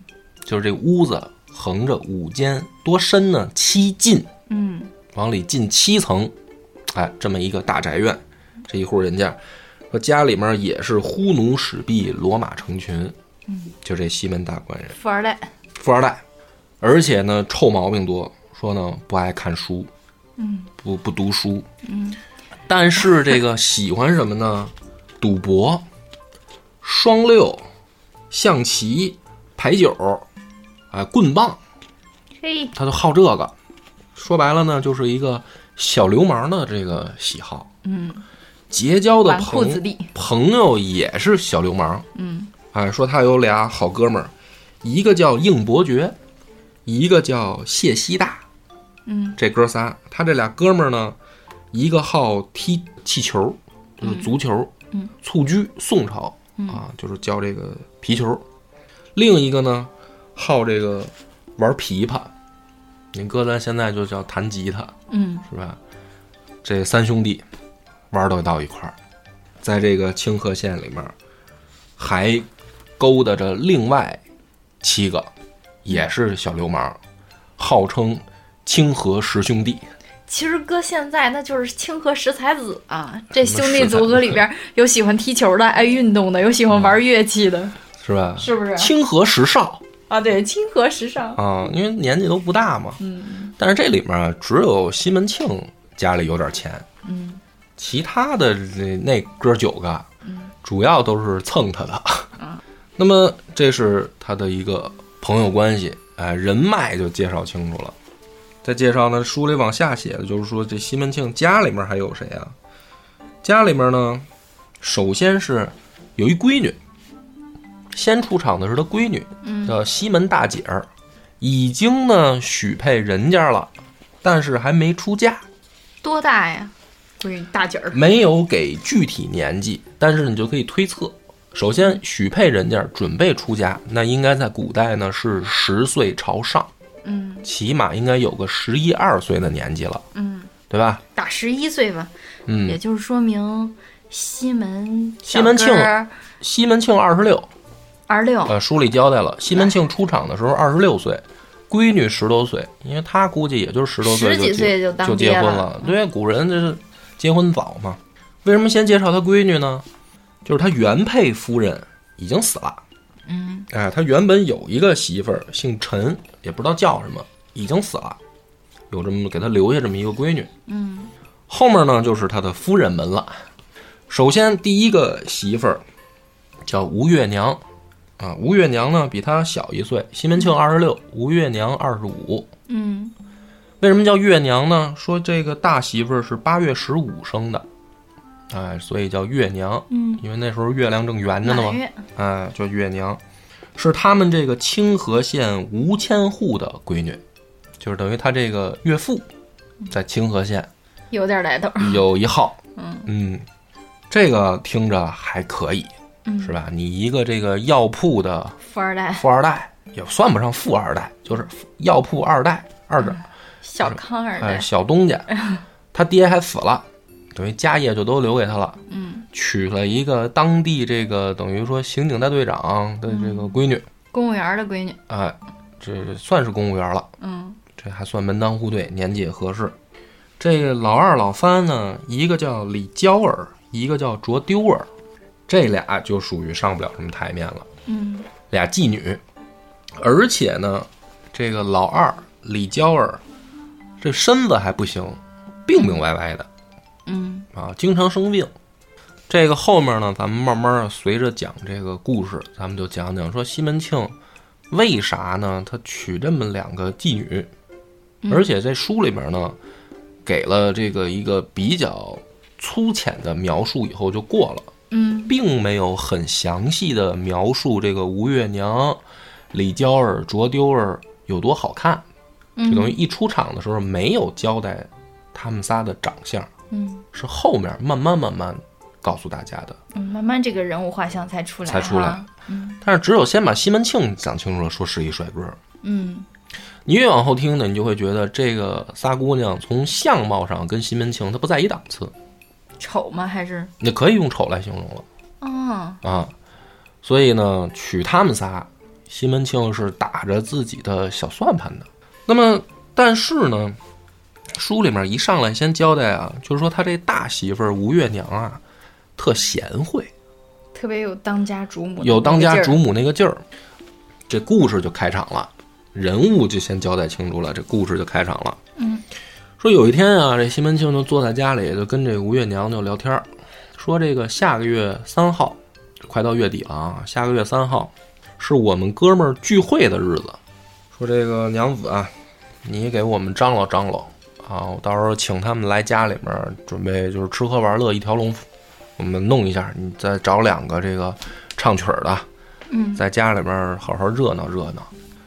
Speaker 2: 就是这屋子横着五间，多深呢？七进，
Speaker 3: 嗯
Speaker 2: 往里进七层，哎，这么一个大宅院，这一户人家，说家里面也是呼奴嗯使婢，骡马成群，就这西门大官人，
Speaker 3: 富二代，
Speaker 2: 富二代，而且呢臭毛病多，说呢不爱看书，
Speaker 3: 嗯，
Speaker 2: 不不读书，嗯，但是这个喜欢什么呢？赌博、双六、象棋、牌九，哎，棍棒，
Speaker 3: 嘿，
Speaker 2: 他就好这个。说白了呢，就是一个小流氓的这个喜好。
Speaker 3: 嗯，
Speaker 2: 结交的
Speaker 3: 纨绔
Speaker 2: 朋
Speaker 3: 子弟，
Speaker 2: 朋友也是小流氓。
Speaker 3: 嗯，
Speaker 2: 哎，说他有俩好哥们儿，一个叫应伯爵，一个叫谢希大。
Speaker 3: 嗯，
Speaker 2: 这哥仨，他这俩哥们儿呢，一个好踢气球，就是足球，
Speaker 3: 嗯，
Speaker 2: 蹴鞠，宋朝、啊，就是叫这个皮球；另一个呢，好这个玩琵琶，你搁咱现在就叫弹吉他，
Speaker 3: 嗯，
Speaker 2: 是吧？这三兄弟玩到到一块儿，在这个清河县里面，还勾搭着另外七个，也是小流氓，号称清河十兄弟。
Speaker 3: 其实搁现在那就是清河十才子啊，这
Speaker 2: 什
Speaker 3: 兄
Speaker 2: 么
Speaker 3: 弟
Speaker 2: 十才
Speaker 3: 组合
Speaker 2: 子嗯
Speaker 3: 里边儿有喜欢踢球的，爱运动的，有喜欢玩乐器的，
Speaker 2: 是吧？
Speaker 3: 是啊不是？
Speaker 2: 清河十少
Speaker 3: 啊，对，清河时尚，
Speaker 2: 啊，因为年纪都不大嘛。
Speaker 3: 嗯
Speaker 2: 但是这里面啊只有西门庆家里有点钱，
Speaker 3: 嗯
Speaker 2: 其他的这那哥九个，主要都是蹭他的。 那么这是他的一个朋友关系，哎，人脉就介绍清楚了。再介绍呢，书里往下写的就是说，这西门庆家里面还有谁啊？家里面呢，首先是有一闺女，先出场的是他闺女，叫西门大姐儿，已经呢许配人家了，但是还没出嫁。
Speaker 3: 多大呀？闺大姐儿，
Speaker 2: 没有给具体年纪，但是你就可以推测。首先，许配人家准备出家，那应该在古代呢是十岁朝上，
Speaker 3: 嗯
Speaker 2: 起码应该有个十一二岁的年纪了，
Speaker 3: 嗯，
Speaker 2: 对吧？
Speaker 3: 打十一岁吧，也
Speaker 2: 嗯，
Speaker 3: 就是说明西门
Speaker 2: 西门庆
Speaker 3: 二
Speaker 2: 西门庆二十六，
Speaker 3: 六，
Speaker 2: 呃，书里交代了，西门庆出场的时候二十六岁，闺女十多岁，因为他估计也就十多岁
Speaker 3: 十
Speaker 2: 就
Speaker 3: 几
Speaker 2: 结
Speaker 3: 岁就当
Speaker 2: 就结
Speaker 3: 爹嗯
Speaker 2: 婚了。对，古人就是结婚早嘛。为什么先介绍他闺女呢？就是他原配夫人已经死了。
Speaker 3: 嗯
Speaker 2: 哎，他原本有一个媳妇儿，姓陈，也不知道叫什么，已经死了，有这么给他留下这么一个闺女。
Speaker 3: 嗯
Speaker 2: 后面呢，就是他的夫人们了。首先，第一个媳妇儿叫吴月娘，啊，吴月娘呢比他小一岁，西门庆二十六，吴月娘二十五。
Speaker 3: 嗯
Speaker 2: 为什么叫月娘呢？说这个大媳妇儿是八月十五生的，哎，所以叫月娘，
Speaker 3: 嗯，
Speaker 2: 因为那时候月亮正圆着呢嘛
Speaker 3: 满。月，
Speaker 2: 哎，叫月娘，是他们这个清河县吴千户的闺女，就是等于他这个岳父在清河县
Speaker 3: 有点来头儿，
Speaker 2: 有一号。
Speaker 3: 嗯
Speaker 2: 这个听着还可以，
Speaker 3: 嗯
Speaker 2: 是吧？你一个这个药铺的
Speaker 3: 富二代，
Speaker 2: 富二代，也算不上富二代，就是药铺二代二代，
Speaker 3: 小康嗯二
Speaker 2: 哎，
Speaker 3: 代，
Speaker 2: 小东家，他爹还死了，等于家业就都留给他了。
Speaker 3: 嗯，
Speaker 2: 娶了一个当地这个等于说刑警大队长的这
Speaker 3: 嗯
Speaker 2: 个闺女，
Speaker 3: 公务员儿的闺女，
Speaker 2: 哎，这算是公务员了，
Speaker 3: 嗯
Speaker 2: 这还算门当户对，年纪也合适。这个老二、老三呢，一个叫李娇儿，一个叫卓丢儿，这俩就属于上不了什么台面了，
Speaker 3: 嗯
Speaker 2: 俩妓女。而且呢，这个老二李娇儿，这身子还不行，病病歪歪的
Speaker 3: 嗯
Speaker 2: 啊，经常生病。这个后面呢，咱们慢慢地随着讲这个故事，咱们就讲讲说西门庆为啥呢？他娶这么两个妓女，
Speaker 3: 嗯
Speaker 2: 而且在书里面呢，给了这个一个比较粗浅的描述，以后就过了，
Speaker 3: 嗯
Speaker 2: 并没有很详细的描述这个吴月娘、李娇儿、卓丢儿有多好看，就等于
Speaker 3: 嗯
Speaker 2: 一出场的时候没有交代他们仨的长相，
Speaker 3: 嗯
Speaker 2: 是后面慢慢慢慢告诉大家的。
Speaker 3: 嗯，慢慢这个人物画像才出来，
Speaker 2: 才出来，但是只有先把西门庆讲清楚了，说是一帅哥。
Speaker 3: 嗯
Speaker 2: 你越往后听呢，你就会觉得这个仨姑娘从相貌上跟西门庆她不在一档次，
Speaker 3: 丑吗？还是
Speaker 2: 你可以用丑来形容了
Speaker 3: 哦，
Speaker 2: 啊。所以呢，娶他们仨，西门庆是打着自己的小算盘的。那么，但是呢，书里面一上来先交代啊，就是说他这大媳妇儿吴月娘啊，特贤惠，
Speaker 3: 特别有当家主母的那个劲儿，
Speaker 2: 有当家主母那个劲儿。这故事就开场了，人物就先交代清楚了，这故事就开场了。
Speaker 3: 嗯，
Speaker 2: 说有一天啊，这西门庆就坐在家里，就跟这吴月娘就聊天儿，说这个下个月三号，快到月底了啊，下个月三号是我们哥们儿聚会的日子。说这个娘子啊，你给我们张罗张罗啊，我到时候请他们来家里面儿，准备就是吃喝玩乐一条龙，我们弄一下，你再找两个这个唱曲儿的，
Speaker 3: 嗯
Speaker 2: 在家里面好好热闹热闹。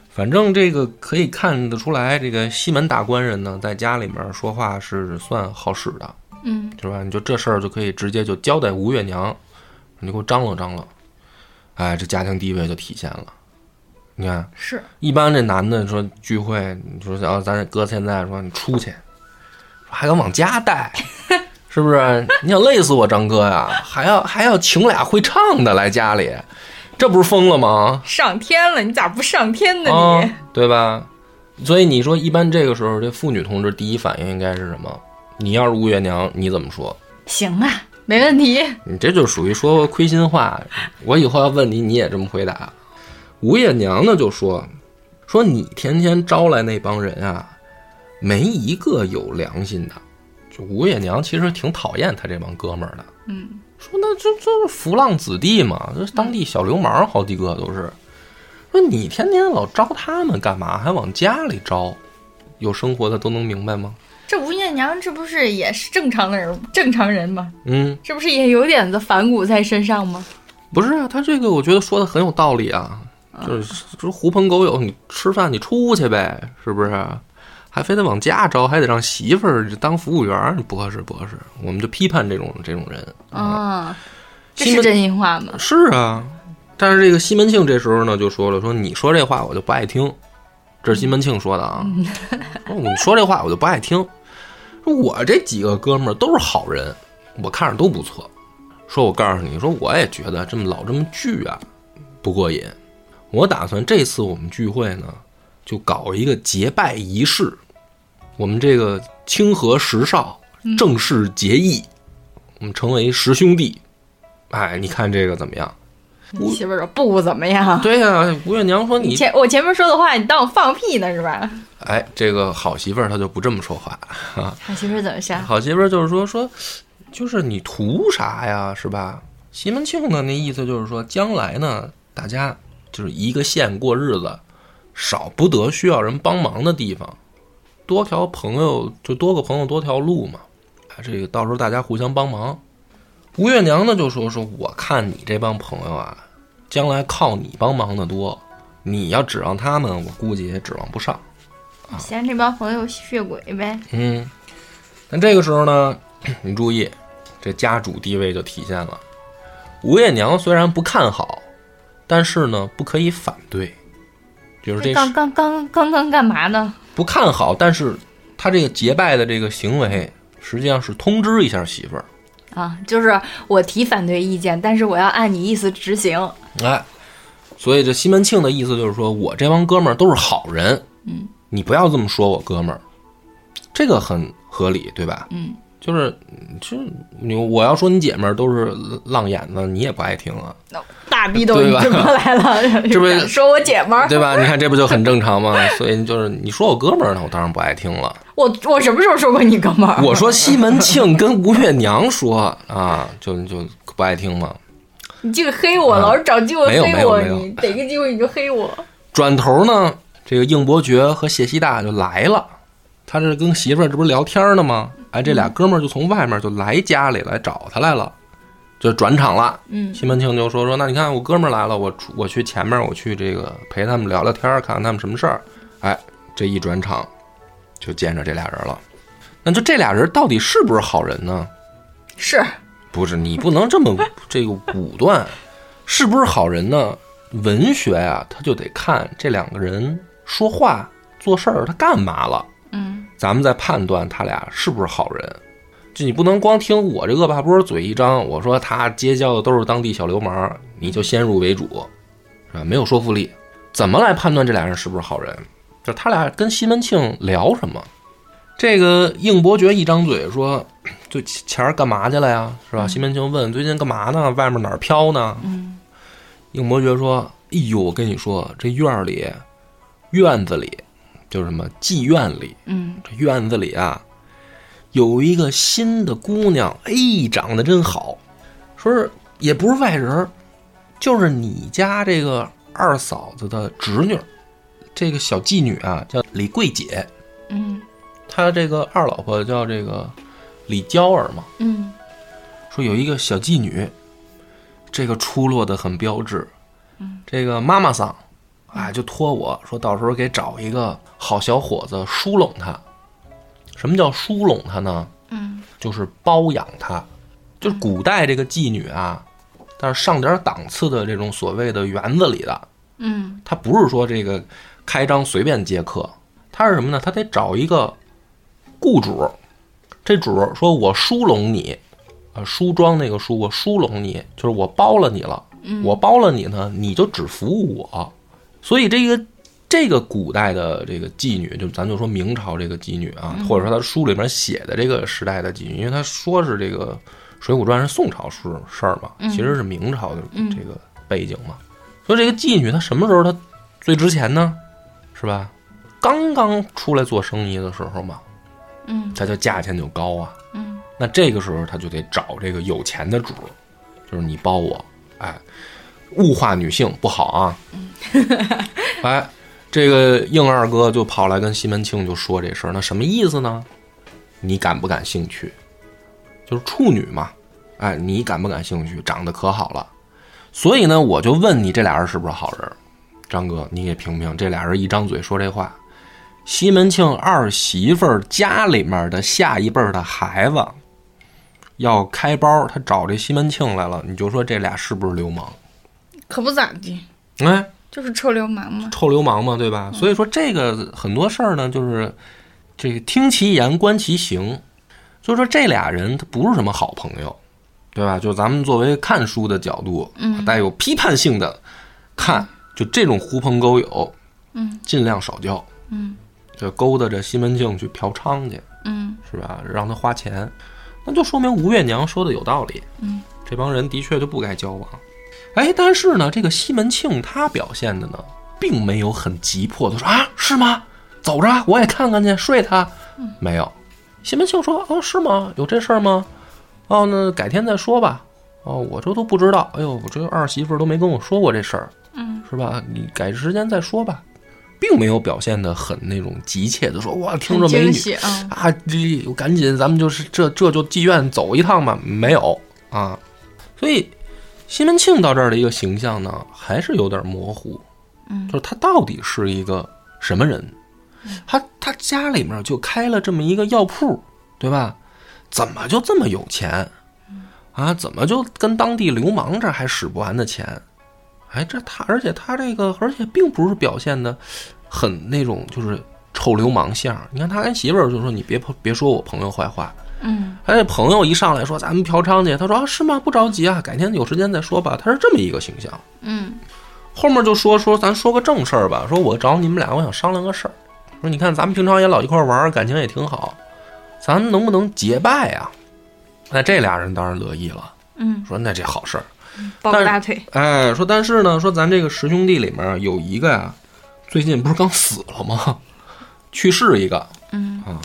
Speaker 2: 反正这个可以看得出来，这个西门大官人呢，在家里面说话是算好使的，
Speaker 3: 嗯
Speaker 2: 是吧？你就这事儿就可以直接就交代吴月娘，你给我张罗张罗，哎，这家庭地位就体现了。你看，
Speaker 3: 是，
Speaker 2: 一般这男的说聚会，你说啊，咱哥现在说你出去，还敢往家带，是不是？你想累死我张哥呀？还要还要请俩会唱的来家里，这不是疯了吗？
Speaker 4: 上天了，你咋不上天呢
Speaker 2: 啊，
Speaker 4: 你？
Speaker 2: 对吧？所以你说，一般这个时候，这妇女同志第一反应应该是什么？你要是吴月娘，你怎么说？
Speaker 3: 行啊，
Speaker 4: 没问题，
Speaker 2: 你嗯这就属于说亏心话。我以后要问你，你也这么回答。吴月娘呢就说：“说你天天招来那帮人啊，没一个有良心的。”就吴月娘其实挺讨厌他这帮哥们儿的，
Speaker 3: 嗯
Speaker 2: 说那这这是浮浪子弟嘛，这当地小流氓好几个都是。说你天天老招他们干嘛？还往家里招？有生活的都能明白吗？
Speaker 4: 这吴艳娘这不是也是正常的人，正常人吗？
Speaker 2: 嗯，
Speaker 4: 这不是也有点子反骨在身上吗？
Speaker 2: 不是啊，他这个我觉得说的很有道理啊，就是就是狐朋狗友，你吃饭你出去呗，是不是？啊还非得往家招，还得让媳妇儿当服务员，你不合适不合适。我们就批判这种这种人。
Speaker 4: 啊，这
Speaker 2: 西
Speaker 4: 是
Speaker 2: 门
Speaker 4: 真心话吗？
Speaker 2: 是啊，但是这个西门庆这时候呢就说了，说你说这话我就不爱听，这是西门庆说的啊。 说你说这话我就不爱听，说我这几个哥们儿都是好人，我看着都不错。说我告诉你，说我也觉得这么老这么聚啊不过瘾，我打算这次我们聚会呢就搞一个结拜仪式，我们这个清河十少正式结义，我们成为十兄弟。哎，你看这个怎么样？
Speaker 4: 你媳妇儿说不怎么样。
Speaker 2: 对呀、吴月娘说
Speaker 4: 你
Speaker 2: 你，
Speaker 4: 前我前面说的话，你当我放屁呢是吧？
Speaker 2: 哎，这个好媳妇儿她就不这么说话。
Speaker 4: 他媳妇儿怎么想？
Speaker 2: 好媳妇儿就是说说，就是你图啥呀，是吧？西门庆呢，那意思就是说，将来呢，大家就是一个县过日子，少不得需要人帮忙的地方，多条朋友就多个朋友多条路嘛。啊，这个到时候大家互相帮忙。吴月娘呢就说说，我看你这帮朋友啊，将来靠你帮忙的多，你要指望他们，我估计也指望不上。啊
Speaker 4: 嫌这帮朋友吸血鬼呗？
Speaker 2: 嗯，但这个时候呢，你注意，这家主地位就体现了。吴月娘虽然不看好，但是呢，不可以反对，就是这
Speaker 4: 刚刚刚刚刚干嘛呢？
Speaker 2: 不看好，但是他这个结拜的这个行为，实际上是通知一下媳妇儿。
Speaker 4: 啊，就是我提反对意见，但是我要按你意思执行。
Speaker 2: 哎，所以这西门庆的意思就是说，我这帮哥们儿都是好人，
Speaker 3: 嗯，
Speaker 2: 你不要这么说我哥们儿，这个很合理，对吧？
Speaker 3: 嗯，
Speaker 2: 就是这你我要说你姐们儿都是浪眼子，你也不爱听啊，
Speaker 4: 大逼都
Speaker 2: 对
Speaker 4: 已
Speaker 2: 吧
Speaker 4: 经过来 了，
Speaker 2: 这不是
Speaker 4: 说我姐们
Speaker 3: 啊
Speaker 4: 儿？
Speaker 2: 对吧？你看这不就很正常吗？所以就是你说我哥们儿呢，我当然不爱听了。
Speaker 4: 我我什么时候说过你哥
Speaker 3: 啊
Speaker 4: 们儿？
Speaker 2: 我说西门庆跟吴月娘说啊，就就不爱听嘛。
Speaker 4: 你这个黑我，
Speaker 2: 啊
Speaker 4: 老是找机会
Speaker 2: 没有没
Speaker 4: 黑
Speaker 2: 有
Speaker 4: 我，
Speaker 2: 没有
Speaker 4: 你逮个机会你就黑我。
Speaker 2: 转头呢，这个应伯爵和谢希大就来了，他这跟媳妇儿这不是聊天呢吗？哎，这俩哥们儿就从外面就来家里来找他来了，就转场了。
Speaker 3: 嗯
Speaker 2: 西门庆就说说，那你看我哥们儿来了，我出我去前面，我去这个陪他们聊聊天儿，看看他们什么事儿。哎，这一转场就见着这俩人了。那就这俩人到底是不是好人呢？
Speaker 4: 是
Speaker 2: 不是你不能这么这个武断，是不是好人呢？文学啊，他就得看这两个人说话、做事儿，他干嘛了，
Speaker 3: 嗯
Speaker 2: 咱们再判断他俩是不是好人。就你不能光听我这恶霸波嘴一张，我说他结交的都是当地小流氓，你就先入为主，是吧？没有说服力。怎么来判断这俩人是不是好人？就他俩跟西门庆聊什么？这个应伯爵一张嘴说：“最前儿干嘛去了呀？是吧？”西门庆问：“最近干嘛呢？外面哪儿飘呢？”
Speaker 3: 嗯
Speaker 2: 应伯爵说：“哎呦，我跟你说，这院儿里院子里，就是什么妓院里，
Speaker 3: 嗯，
Speaker 2: 这院子里啊，有一个新的姑娘，哎，长得真好，说是也不是外人儿，就是你家这个二嫂子的侄女，这个小妓女啊叫李桂姐，
Speaker 3: 嗯
Speaker 2: 她这个二老婆叫这个李娇儿嘛，
Speaker 3: 嗯
Speaker 2: 说有一个小妓女，这个出落的很标致，这个妈妈桑，啊，就托我说到时候给找一个好小伙子疏拢她。什么叫疏拢她呢？
Speaker 3: 嗯
Speaker 2: 就是包养她，就是古代这个妓女啊，但是上点档次的这种所谓的园子里的，
Speaker 3: 嗯
Speaker 2: 她不是说这个开张随便接客，她是什么呢？她得找一个雇主，这主儿说我疏拢你，啊，梳妆那个梳，我疏拢你，就是我包了你了，我包了你呢，你就只服务我，所以这个。这个古代的这个妓女，就咱就说明朝这个妓女啊，或者说她书里面写的这个时代的妓女，因为她说是这个《水浒传》是宋朝事事儿嘛，其实是明朝的这个背景嘛，所以这个妓女她什么时候她最值钱呢？是吧？刚刚出来做生意的时候嘛，
Speaker 3: 嗯，
Speaker 2: 她就价钱就高啊，
Speaker 3: 嗯，
Speaker 2: 那这个时候她就得找这个有钱的主儿，就是你包我，哎，物化女性不好啊，
Speaker 3: 嗯
Speaker 2: 哎，这个应二哥就跑来跟西门庆就说这事儿，那什么意思呢？你感不感兴趣？就是处女嘛，哎，你感不感兴趣？长得可好了，所以呢，我就问你这俩人是不是好人儿？张哥，你给评评，这俩人一张嘴说这话，西门庆二媳妇儿家里面的下一辈儿的孩子要开包，他找这西门庆来了，你就说这俩是不是流氓？
Speaker 3: 可不咋地，
Speaker 2: 哎，
Speaker 3: 就是臭流氓嘛。
Speaker 2: 臭流氓嘛，对
Speaker 3: 嗯
Speaker 2: 吧？所以说这个很多事儿呢，就是这个听其言观其行，所以说这俩人他不是什么好朋友，对吧？就咱们作为看书的角度，
Speaker 3: 嗯
Speaker 2: 带有批判性的看，就这种狐朋狗友，
Speaker 3: 嗯，
Speaker 2: 尽量少交，
Speaker 3: 嗯，
Speaker 2: 就勾搭着西门庆去嫖娼去，
Speaker 3: 嗯
Speaker 2: 是吧？让他花钱，那就说明吴月娘说的有道理。
Speaker 3: 嗯，
Speaker 2: 这帮人的确就不该交往。哎，但是呢，这个西门庆他表现的呢，并没有很急迫的说啊，是吗？走着，我也看看去，睡他。
Speaker 3: 嗯
Speaker 2: 没有。西门庆说：“哦，是吗？有这事儿吗？哦，那改天再说吧。哦，我这都不知道。哎呦，我这二媳妇都没跟我说过这事儿，
Speaker 3: 嗯，
Speaker 2: 是吧？你改时间再说吧，并没有表现的很那种急切的说哇，听着美
Speaker 3: 惊
Speaker 2: 女
Speaker 3: 喜
Speaker 4: 嗯
Speaker 3: 啊！
Speaker 2: 啊，这我赶紧，咱们就是这这就妓院走一趟吧。没有啊，所以西门庆到这儿的一个形象呢，还是有点模糊。
Speaker 3: 嗯
Speaker 2: 就是他到底是一个什么人？他他家里面就开了这么一个药铺，对吧？怎么就这么有钱啊？怎么就跟当地流氓这还使不完的钱？哎，这他，而且他这个，而且并不是表现的很那种就是臭流氓相儿。你看他跟媳妇儿就说：“你别别说我朋友坏话。”
Speaker 3: 嗯
Speaker 2: 他这朋友一上来说：“咱们嫖娼去。”他说：“啊，是吗？不着急啊，改天有时间再说吧。”他是这么一个形象。
Speaker 3: 嗯
Speaker 2: 后面就说说咱说个正事儿吧，说我找你们俩，我想商量个事儿。说你看咱们平常也老一块儿玩儿，感情也挺好，咱们能不能结拜啊？那这俩人当然乐意了，
Speaker 3: 嗯，
Speaker 2: 说那这好事儿。
Speaker 4: 抱
Speaker 2: 但
Speaker 4: 个
Speaker 2: 是
Speaker 4: 大腿，
Speaker 2: 哎，说但是呢，说咱这个十兄弟里面有一个呀，最近不是刚死了吗？去世一个。
Speaker 3: 嗯
Speaker 2: 啊，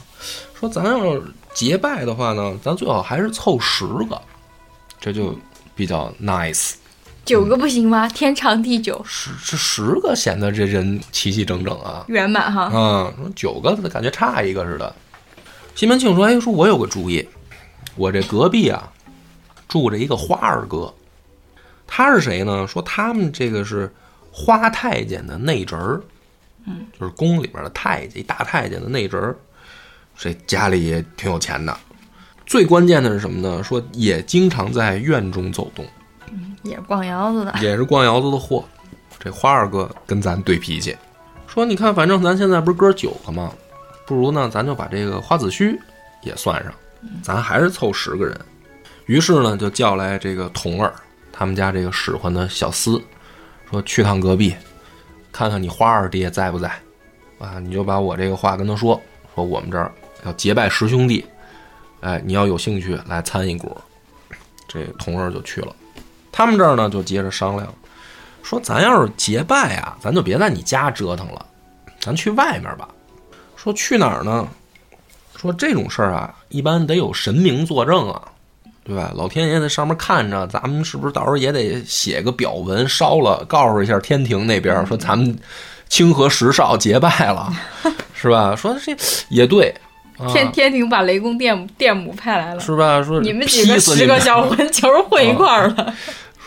Speaker 2: 说咱要是结拜的话呢，咱最好还是凑十个，这就比较 nice。
Speaker 4: 九个不行吗？天长地久，
Speaker 2: 十这十个显得这人齐齐整整啊。
Speaker 4: 圆满哈。
Speaker 2: 嗯，说九个感觉差一个似的。西门庆说：“哎，说我有个主意，我这隔壁啊住着一个花二哥，他是谁呢？说他们这个是花太监的内侄儿，嗯，就是宫里边的太监，一大太监的内侄儿，这家里也挺有钱的。最关键的是什么呢？说也经常在院中走动，
Speaker 4: 也是逛窑子的，
Speaker 2: 也是逛窑子的货。这花二哥跟咱对脾气，说你看，反正咱现在不是哥九个吗？不如呢，咱就把这个花子虚也算上，咱还是凑十个人。于是呢，就叫来这个童儿，他们家这个使唤的小厮，说去趟隔壁，看看你花二爹在不在啊？你就把我这个话跟他说，说我们这儿要结拜十兄弟，哎，你要有兴趣来参一股。这童儿就去了。他们这儿呢就接着商量，说咱要是结拜啊，咱就别在你家折腾了，咱去外面吧。说去哪儿呢？说这种事儿啊，一般得有神明作证啊，对吧？老天爷在上面看着，咱们是不是到时候也得写个表文烧了，告诉一下天庭那边，说咱们清河十少结拜了，是吧？说这也对，啊、
Speaker 4: 天天庭把雷公电母电母派来了，
Speaker 2: 是吧？说
Speaker 4: 你们啊几个
Speaker 2: 劈死
Speaker 4: 十个
Speaker 2: 们
Speaker 4: 小混球儿混一块儿了，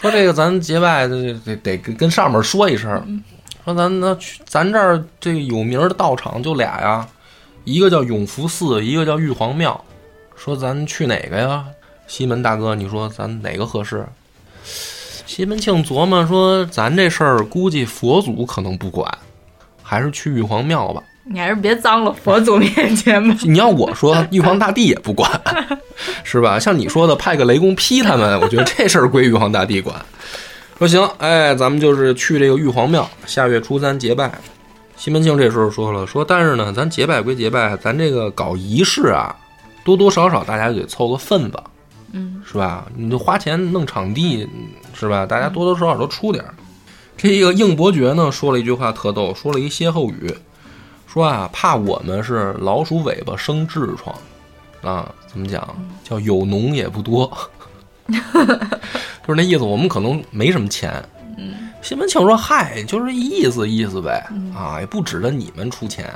Speaker 2: 说这个咱结拜得得得跟跟上面说一
Speaker 4: 嗯
Speaker 2: 声，说咱那去咱这儿这个有名儿的道场就俩呀，一个叫永福寺，一个叫玉皇庙。说咱去哪个呀？西门大哥，你说咱哪个合适？西门庆琢磨说，咱这事儿估计佛祖可能不管，还是去玉皇庙吧。
Speaker 4: 你还是别脏了佛祖面前吧。
Speaker 2: 你要我说，玉皇大帝也不管， 是吧？像你说的，派个雷公劈他们，我觉得这事儿归玉皇大帝管。说行，哎，咱们就是去这个玉皇庙，下月初三结拜。西门庆这时候说了，说但是呢，咱结拜归结拜，咱这个搞仪式啊，多多少少大家得凑个份子，
Speaker 4: 嗯，
Speaker 2: 是吧？你就花钱弄场地，是吧？大家多多少少都出点儿。这一个应伯爵呢，说了一句话特逗，说了一歇后语，说啊，怕我们是老鼠尾巴生痔疮，啊，怎么讲？叫有脓也不多， 就是那意思。我们可能没什么钱。西门庆说：“嗨，就是意思意思呗，啊，也不指着你们出钱，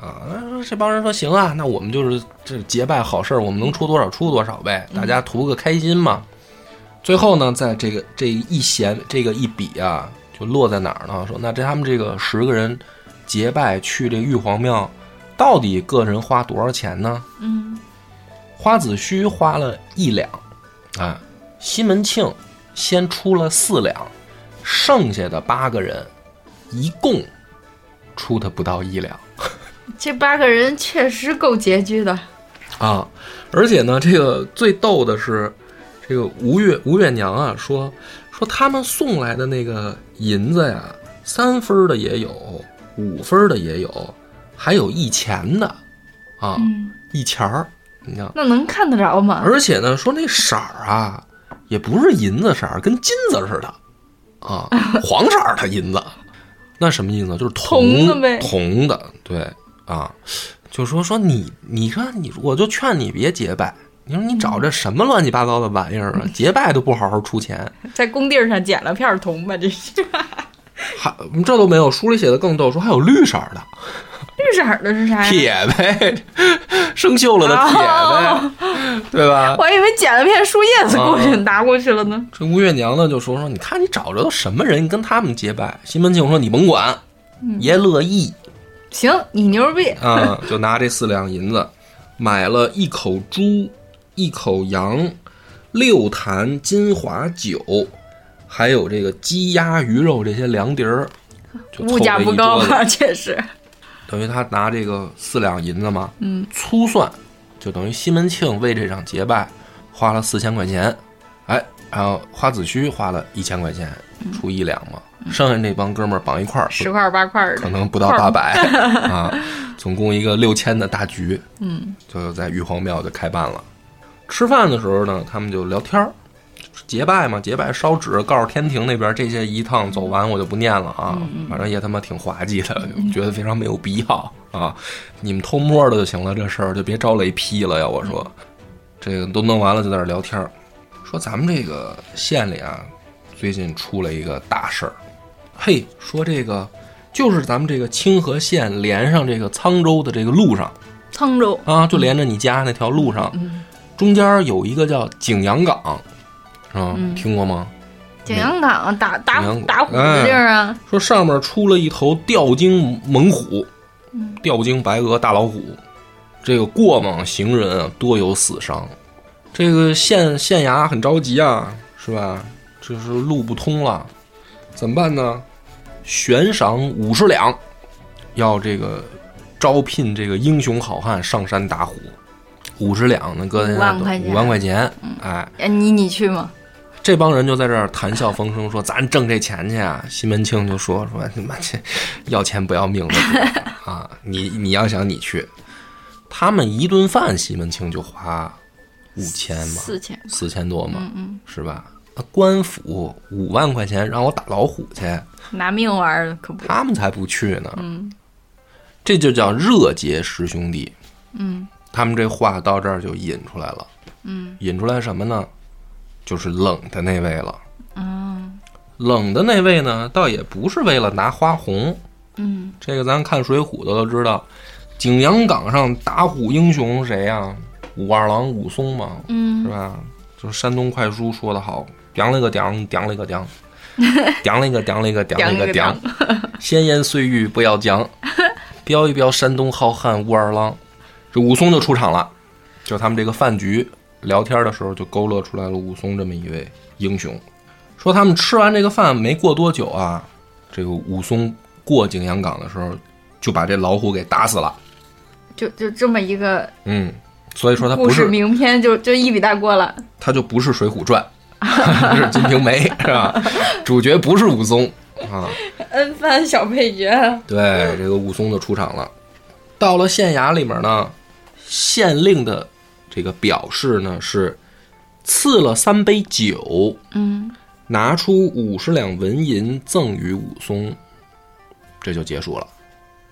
Speaker 2: 啊。”那这帮人说：“行啊，那我们就是这结拜好事儿，我们能出多少出多少呗，大家图个开心嘛。”最后呢，在这个这一弦这个一笔啊，就落在哪儿呢？说那这他们这个十个人结拜去这玉皇庙，到底个人花多少钱呢？
Speaker 4: 嗯，
Speaker 2: 花子虚花了一两，啊，西门庆先出了四两，剩下的八个人一共出的不到一两
Speaker 4: 嗯这八个人确实够拮据的。
Speaker 2: 啊！而且呢，这个最逗的是，这个吴月吴月娘啊说说他们送来的那个银子呀，三分儿的也有，五分儿的也有，还有一钱的啊，
Speaker 4: 嗯，
Speaker 2: 一钱儿，你看。
Speaker 4: 那能看得着吗？
Speaker 2: 而且呢，说那色儿啊，也不是银子色儿，跟金子似的，啊，黄色儿的银子，那什么意思呢？就是
Speaker 4: 铜
Speaker 2: 铜
Speaker 4: 的呗
Speaker 2: 铜的，对啊，就说说你，你看你，我就劝你别结拜。你说你找这什么乱七八糟的玩意儿啊？结拜都不好好出钱，
Speaker 4: 在工地上捡了片铜吧，这是
Speaker 2: 还这都没有。书里写的更逗，说还有绿色儿的，
Speaker 4: 绿色儿的是啥呀？
Speaker 2: 铁呗， 生锈了的铁呗，
Speaker 4: 哦
Speaker 2: 对吧？
Speaker 4: 我还以为捡了片树叶子过去拿过去了呢。
Speaker 2: 这吴月娘呢就说说，你看你找着都什么人，你跟他们结拜。西门庆说你甭管，
Speaker 4: 嗯
Speaker 2: 爷乐意
Speaker 4: 行，你牛逼，
Speaker 2: 啊，就拿这四两银子买了一口猪，一口羊，六坛金华酒，还有这个鸡鸭鱼肉这些凉碟儿，就凑
Speaker 4: 物价
Speaker 2: 这一
Speaker 4: 不高
Speaker 2: 桌子
Speaker 4: 吧？确实，
Speaker 2: 等于他拿这个四两银子嘛，
Speaker 4: 嗯，
Speaker 2: 粗算就等于西门庆为这场结拜花了四千块钱，哎，然后花子虚花了一千块钱，出一两嘛，剩下那帮哥们儿绑一块儿，不
Speaker 4: 十块八块儿
Speaker 2: 可
Speaker 4: 的。
Speaker 2: 能不到 八百啊，总共一个六千的大局，
Speaker 4: 嗯，
Speaker 2: 就在玉皇庙就开办了。吃饭的时候呢，他们就聊天儿，结拜嘛，结拜烧纸，告诉天庭那边这些一趟走完我就不念了啊，
Speaker 4: 嗯
Speaker 2: 反正也他妈挺滑稽的，觉得非常没有必要啊，你们偷摸的就行了，这事儿就别招雷劈了。要我说，这个都弄完了就在那儿聊天儿，说咱们这个县里啊，最近出了一个大事儿，嘿，说这个就是咱们这个清河县连上这个沧州的这个路上
Speaker 3: 沧州
Speaker 2: 啊，就连着你家那条路上，中间有一个叫景阳冈，啊，听过吗？
Speaker 3: 景阳冈打打
Speaker 2: 景阳冈
Speaker 3: 打虎的地儿啊，
Speaker 2: 说上面出了一头吊睛猛虎，
Speaker 4: 嗯
Speaker 2: 吊睛白额大老虎，这个过往行人啊多有死伤，这个县县衙很着急啊，是吧？这是路不通了，怎么办呢？悬赏五十两，要这个招聘这个英雄好汉上山打虎，五十两呢，搁在那
Speaker 4: 五万块钱
Speaker 2: 五万块钱，哎，
Speaker 4: 哎，你你去吗？
Speaker 2: 这帮人就在这儿谈笑风生，说咱挣这钱去啊。西门庆就说说你妈这要钱不要命的主儿啊！你你要想你去，他们一顿饭西门庆就花五千嘛，
Speaker 3: 四千
Speaker 2: 四千多嘛，是吧？啊官府五万块钱让我打老虎去，
Speaker 4: 拿命玩儿的可不。
Speaker 2: 他们才不去呢。这就叫热结十兄弟。
Speaker 3: 嗯
Speaker 2: 他们这话到这儿就引出来了，
Speaker 3: 嗯
Speaker 2: 引出来什么呢？就是冷的那位了。
Speaker 3: 嗯
Speaker 2: 冷的那位呢，倒也不是为了拿花红，
Speaker 3: 嗯
Speaker 2: 这个咱看《水浒》的都知道，景阳冈上打虎英雄谁呀、武二郎武松嘛，是
Speaker 3: 嗯
Speaker 2: 吧？就是山东快书说的好，屌了个屌，屌了个屌，屌了个屌了个屌了个屌，闲言碎语不要讲，标一标山东好汉武二郎。这武松就出场了，就他们这个饭局聊天的时候，就勾勒出来了武松这么一位英雄。说他们吃完这个饭没过多久啊，这个武松过景阳冈的时候，就把这老虎给打死了。
Speaker 3: 就就这么一个
Speaker 2: 嗯，所以说他
Speaker 3: 故
Speaker 2: 不
Speaker 3: 事
Speaker 2: 是
Speaker 3: 名篇就就一笔带过了。
Speaker 2: 它就不是《水浒传》， 是《金瓶梅》，是吧？主角不是武松啊。
Speaker 3: 恩番小配角，
Speaker 2: 对，这个武松就出场了。到了县衙里面呢，县令的这个表示呢是赐了三杯酒，
Speaker 3: 嗯
Speaker 2: 拿出五十两文银赠与武松，这就结束了。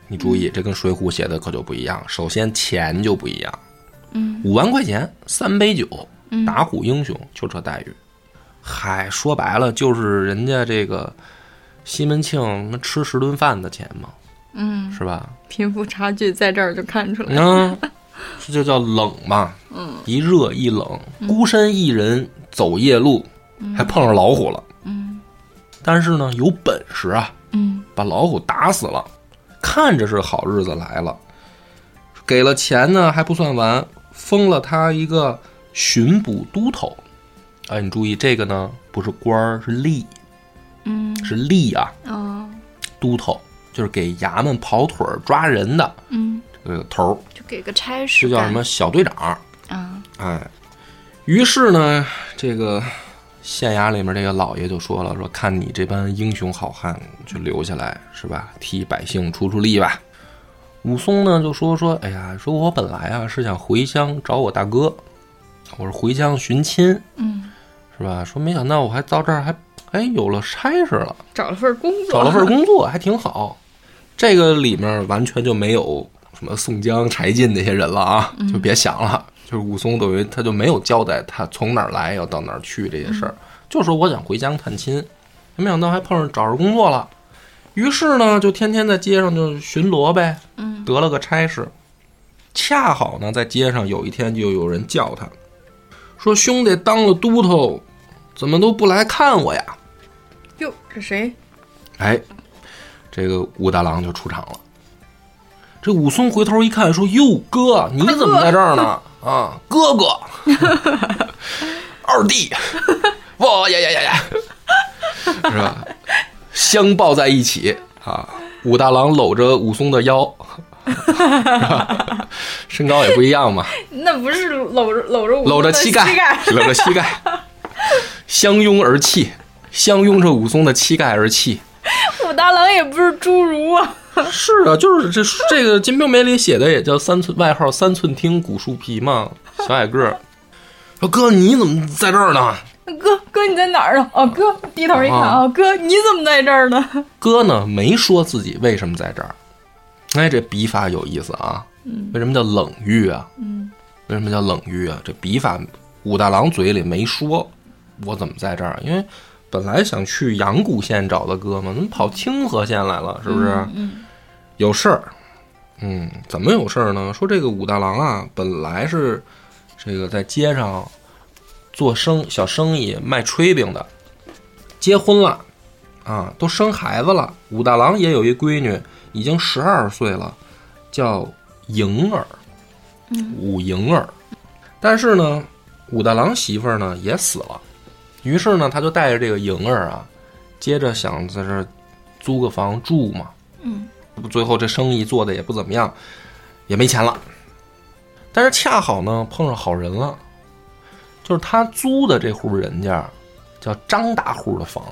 Speaker 2: 你注
Speaker 3: 嗯
Speaker 2: 意，这跟《水浒》写的可就不一样。首先钱就不一样，
Speaker 3: 嗯
Speaker 2: 五万块钱三杯酒，
Speaker 3: 嗯
Speaker 2: 打虎英雄就这待遇。嗨，说白了就是人家这个西门庆他妈吃十顿饭的钱嘛，
Speaker 3: 嗯，
Speaker 2: 是吧？
Speaker 3: 贫富差距在这儿就看出来。
Speaker 2: 嗯，这就叫冷嘛。嗯，一热一冷，
Speaker 3: 嗯
Speaker 2: 孤身一人走夜路，还碰上老虎了。
Speaker 3: 嗯
Speaker 2: 但是呢，有本事啊，
Speaker 3: 嗯
Speaker 2: 把老虎打死了，看着是好日子来了。给了钱呢还不算完，封了他一个巡捕都头。哎，你注意这个呢，不是官儿，是吏，
Speaker 3: 嗯
Speaker 2: 是吏啊，
Speaker 3: 哦
Speaker 2: 都头就是给衙门跑腿儿抓人的
Speaker 3: 嗯，
Speaker 2: 这个头儿，
Speaker 3: 就给个差事。
Speaker 2: 这叫什么小队长。
Speaker 3: 啊？
Speaker 2: 哎，于是呢，这个县衙里面这个老爷就说了，说看你这帮英雄好汉就留下来是吧，替百姓出出力吧。武松呢就说说，哎呀，说我本来啊是想回乡找我大哥，我是回乡寻亲
Speaker 3: 嗯，
Speaker 2: 是吧？说没想到我还到这儿还哎有了差事了，
Speaker 3: 找了份工作，
Speaker 2: 找了份工作还挺好。这个里面完全就没有什么宋江、柴进那些人了啊，就别想了。就是武松等于他就没有交代他从哪儿来要到哪儿去这些事儿，就说我想回家探亲，没想到还碰上找着工作了。于是呢，就天天在街上就巡逻呗，
Speaker 3: 嗯
Speaker 2: 得了个差事。恰好呢，在街上有一天就有人叫他，说：“兄弟，当了都头，怎么都不来看我呀？”
Speaker 3: 哟，这谁？
Speaker 2: 哎，这个武大郎就出场了。这武松回头一看，说：“哟，哥，你怎么在这儿呢？啊，哥 哥，二弟，哇呀呀呀呀，是吧？相抱在一起啊！武大郎搂着武松的腰，是吧身高也不一样嘛，
Speaker 3: 那不是搂着搂着我
Speaker 2: 搂着膝盖，搂着膝盖，相拥而泣，相拥着武松的膝盖而泣。”
Speaker 3: 武大郎也不是侏儒啊。
Speaker 2: 是啊，就是这这个《金瓶梅》里写的也叫三寸，外号三寸听古树皮嘛，小矮个儿。说哥，你怎么在这儿呢？
Speaker 3: 哥哥你在哪儿啊？哦，哥低头一看
Speaker 2: 啊
Speaker 3: 啊，哥你怎么在这儿呢？
Speaker 2: 哥呢没说自己为什么在这儿。哎，这笔法有意思啊。为什么叫冷遇啊？
Speaker 3: 嗯
Speaker 2: 为什么叫冷遇啊？这笔法，武大郎嘴里没说，我怎么在这儿？因为本来想去阳谷县找的哥嘛，怎么跑清河县来了？是不是？
Speaker 3: 嗯
Speaker 2: 有事儿，嗯，怎么有事儿呢？说这个武大郎啊，本来是这个在街上做生小生意卖炊饼的，结婚了啊，都生孩子了。武大郎也有一闺女，已经十二岁了，叫莹儿，武莹儿。但是呢，武大郎媳妇儿呢也死了，于是呢，他就带着这个莹儿啊，接着想在这儿租个房住嘛。
Speaker 3: 嗯
Speaker 2: 最后这生意做的也不怎么样，也没钱了。但是恰好呢碰上好人了，就是他租的这户人家叫张大户的房，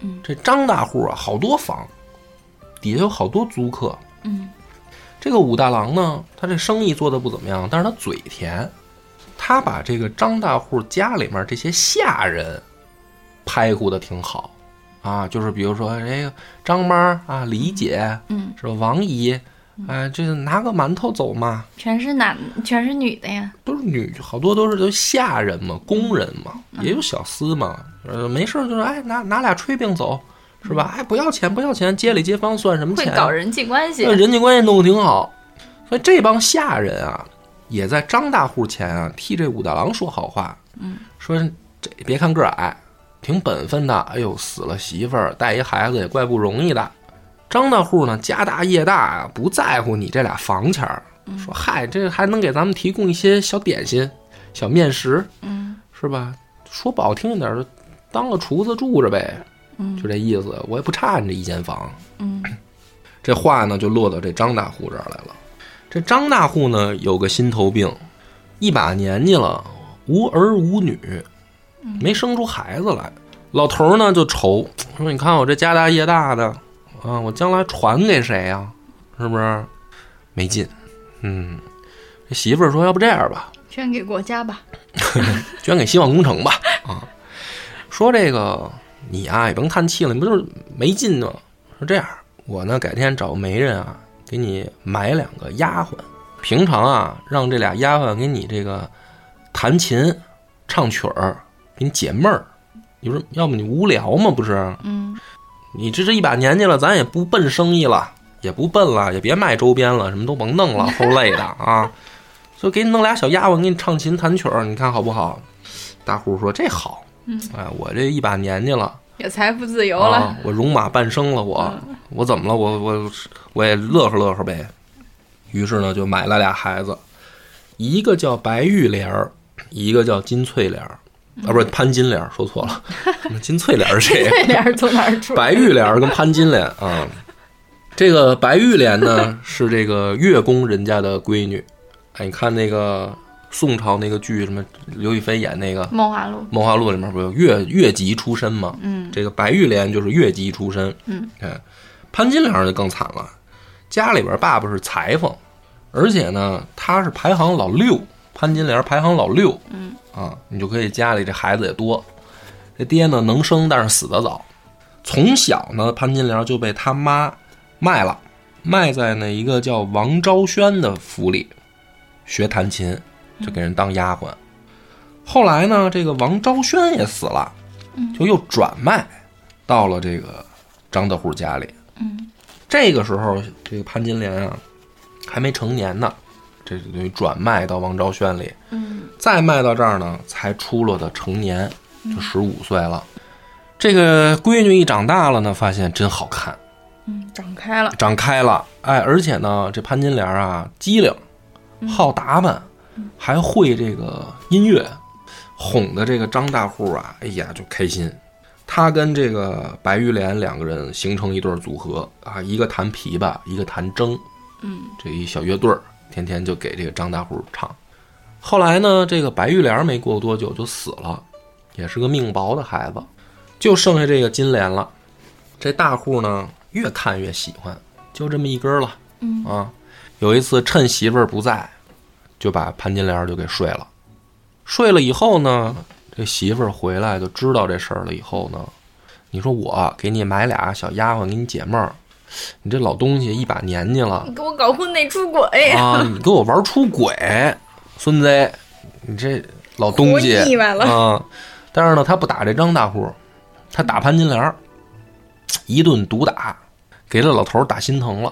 Speaker 3: 嗯
Speaker 2: 这张大户啊好多房，底下有好多租客。
Speaker 3: 嗯
Speaker 2: 这个武大郎呢，他这生意做的不怎么样，但是他嘴甜，他把这个张大户家里面这些下人拍顾的挺好哎啊，就是比如说这个张妈啊、李姐，
Speaker 3: 嗯
Speaker 2: 是吧？王姨哎，这拿个馒头走嘛，
Speaker 3: 全是男，全是女的呀。
Speaker 2: 都是女，好多都是都下人嘛，工人嘛，
Speaker 4: 嗯
Speaker 2: 也有小厮嘛，呃，没事儿就是哎拿拿俩炊饼走，是吧？哎，不要钱不要钱，街里街坊算什么
Speaker 4: 嗯 会
Speaker 2: 钱？
Speaker 4: 搞人际关系
Speaker 2: 那。人际关系弄得挺好，所以这帮下人啊，也在张大户前啊替这武大郎说好话，嗯，说这别看个儿矮，挺本分的，哎呦死了媳妇儿带一孩子也怪不容易的。张大户呢家大业大啊，不在乎你这俩房钱儿，说嗨，这还能给咱们提供一些小点心、小面食，
Speaker 3: 嗯
Speaker 2: 是吧？说不好听一点儿，当个厨子住着呗，
Speaker 3: 嗯
Speaker 2: 就这意思。我也不差你这一间房，
Speaker 3: 嗯
Speaker 2: 这话呢就落到这张大户这儿来了。这张大户呢有个心头病，一把年纪了，无儿无女，
Speaker 3: 嗯
Speaker 2: 没生出孩子来。老头儿呢就愁，说你看我这家大业大的啊，我将来传给谁呀、是不是？没劲。嗯，这媳妇儿说，要不这样吧，
Speaker 3: 捐给国家吧。
Speaker 2: 捐给希望工程吧。啊，说这个你啊也甭叹气了，你不就是没劲吗？说这样，我呢改天找媒人啊，给你买两个丫鬟，平常啊让这俩丫鬟给你这个弹琴、唱曲儿，给你解闷儿。你说，要么你无聊嘛，不是？
Speaker 3: 嗯
Speaker 2: 你这这一把年纪了，咱也不奔生意了，也不笨了，也别卖周边了，什么都甭弄了，齁累的啊！ 就给你弄俩小丫鬟，给你唱琴弹曲儿，你看好不好？大户说这好，
Speaker 3: 嗯，
Speaker 2: 哎，我这一把年纪了，
Speaker 4: 也财富自由了，
Speaker 2: 啊，我戎马半生了，我我怎么了？我我我也乐呵乐呵呗。于是呢，就买了俩孩子，一个叫白玉莲儿，一个叫金翠莲儿，啊，不是潘金莲儿，说错了，金翠莲儿是谁呀？
Speaker 4: 这脸儿从哪儿出？
Speaker 2: 白玉莲儿跟潘金莲啊。这个白玉莲呢， 是这个月宫人家的闺女。哎，你看那个宋朝那个剧，什么刘亦菲演那个《
Speaker 3: 梦华录。
Speaker 2: 梦华录》里面不有越越级出身吗？
Speaker 3: 嗯
Speaker 2: 这个白玉莲就是越级出身。
Speaker 3: 嗯，
Speaker 2: 哎，潘金莲就更惨了，家里边爸爸是裁缝，而且呢，他是排行老六，潘金莲排行老六。
Speaker 3: 嗯，
Speaker 2: 啊，你就可以家里这孩子也多，这爹呢能生，但是死得早。从小呢，潘金莲就被他妈卖了，卖在那一个叫王昭轩的府里学弹琴，就给人当丫鬟。后来呢，这个王昭轩也死了，就又转卖到了这个张大户家里。
Speaker 3: 嗯
Speaker 2: 这个时候，这个潘金莲啊还没成年呢，这就等于转卖到王昭轩里，
Speaker 3: 嗯
Speaker 2: 再卖到这儿呢，才出落的成年，就十五岁了。这个闺女一长大了呢，发现真好看，
Speaker 3: 嗯，长开了。
Speaker 2: 长开了，哎，而且呢，这潘金莲啊机灵，好打扮，还会这个音乐，哄的这个张大户啊，哎呀就开心。他跟这个白玉莲两个人形成一对儿组合啊，一个弹琵琶，一个弹筝，
Speaker 3: 嗯
Speaker 2: 这一小乐队儿，天天就给这个张大户唱。后来呢，这个白玉莲没过多久就死了，也是个命薄的孩子，就剩下这个金莲了。这大户呢，越看越喜欢，就这么一根儿了。
Speaker 3: 嗯
Speaker 2: 啊，有一次趁媳妇儿不在，就把潘金莲就给睡了。睡了以后呢，这媳妇儿回来就知道这事儿了。以后呢，你说我给你买俩小丫鬟给你解闷儿，你这老东西一把年纪了，
Speaker 4: 你给我搞婚内出轨，
Speaker 2: 啊， 你给我玩出轨，孙子，你这老东西
Speaker 4: 活腻歪了
Speaker 2: 啊！但是呢，他不打这张大户，他打潘金莲儿，一顿毒打，给这老头儿打心疼了，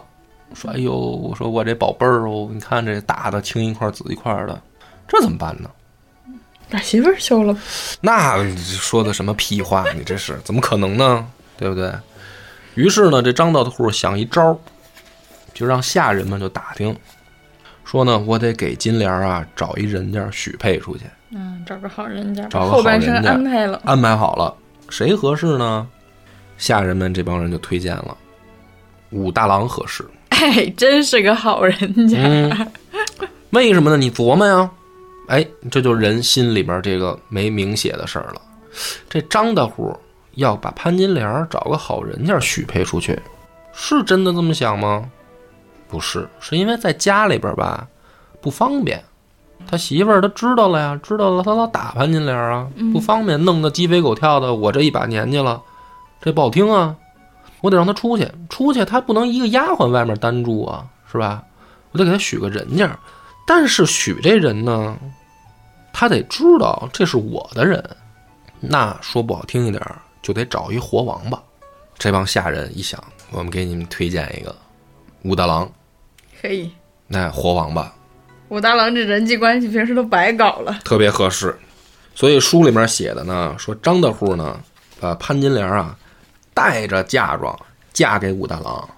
Speaker 2: 说：“哎呦，我说我这宝贝儿哦，你看这大的青一块儿紫一块儿的，这怎么办呢？”
Speaker 4: 把媳妇儿休了。
Speaker 2: 那说的什么屁话？你这是怎么可能呢？对不对？于是呢，这张道户想一招儿，就让下人们就打听，说呢，我得给金莲儿啊找一人家许配出去，
Speaker 4: 嗯，找个好人家，
Speaker 2: 找个好
Speaker 4: 后半生
Speaker 2: 人家
Speaker 4: 安排了。
Speaker 2: 安排好了，谁合适呢？下人们这帮人就推荐了武大郎合适。
Speaker 4: 哎，真是个好人家。
Speaker 2: 嗯，为什么呢？你琢磨呀，哎，这就是人心里边这个没明写的事儿了。这张大户要把潘金莲儿找个好人家许配出去，是真的这么想吗？不是，是因为在家里边吧不方便。他媳妇儿他知道了呀，知道了，他老打潘金莲儿啊，
Speaker 4: 嗯
Speaker 2: 不方便，弄得鸡飞狗跳的。我这一把年纪了，这不好听啊，我得让他出去，出去他不能一个丫鬟外面单住啊，是吧？我得给他许个人家儿，但是许这人呢，他得知道这是我的人，那说不好听一点儿，就得找一活王八。这帮下人一想，我们给你们推荐一个武大郎，
Speaker 5: 可以。
Speaker 2: 那活王八
Speaker 5: 武大郎这人际关系平时都白搞了，
Speaker 2: 特别合适。所以书里面写的呢，说张大户呢，把潘金莲啊带着嫁妆嫁给武大郎，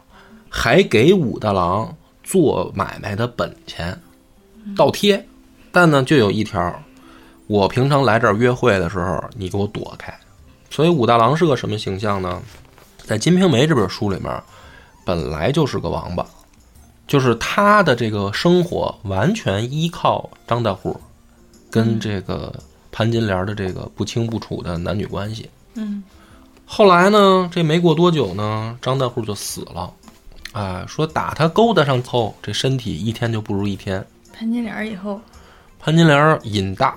Speaker 2: 还给武大郎做买卖的本钱倒贴，但呢就有一条，我平常来这儿约会的时候，你给我躲开。所以武大郎是个什么形象呢？在《金瓶梅》这本书里面，本来就是个王八，就是他的这个生活完全依靠张大户跟这个潘金莲的这个不清不楚的男女关系。嗯，后来呢，这没过多久呢，张大户就死了。啊，说打他勾搭上后，这身体一天就不如一天。
Speaker 5: 潘金莲以后
Speaker 2: 潘金莲瘾大，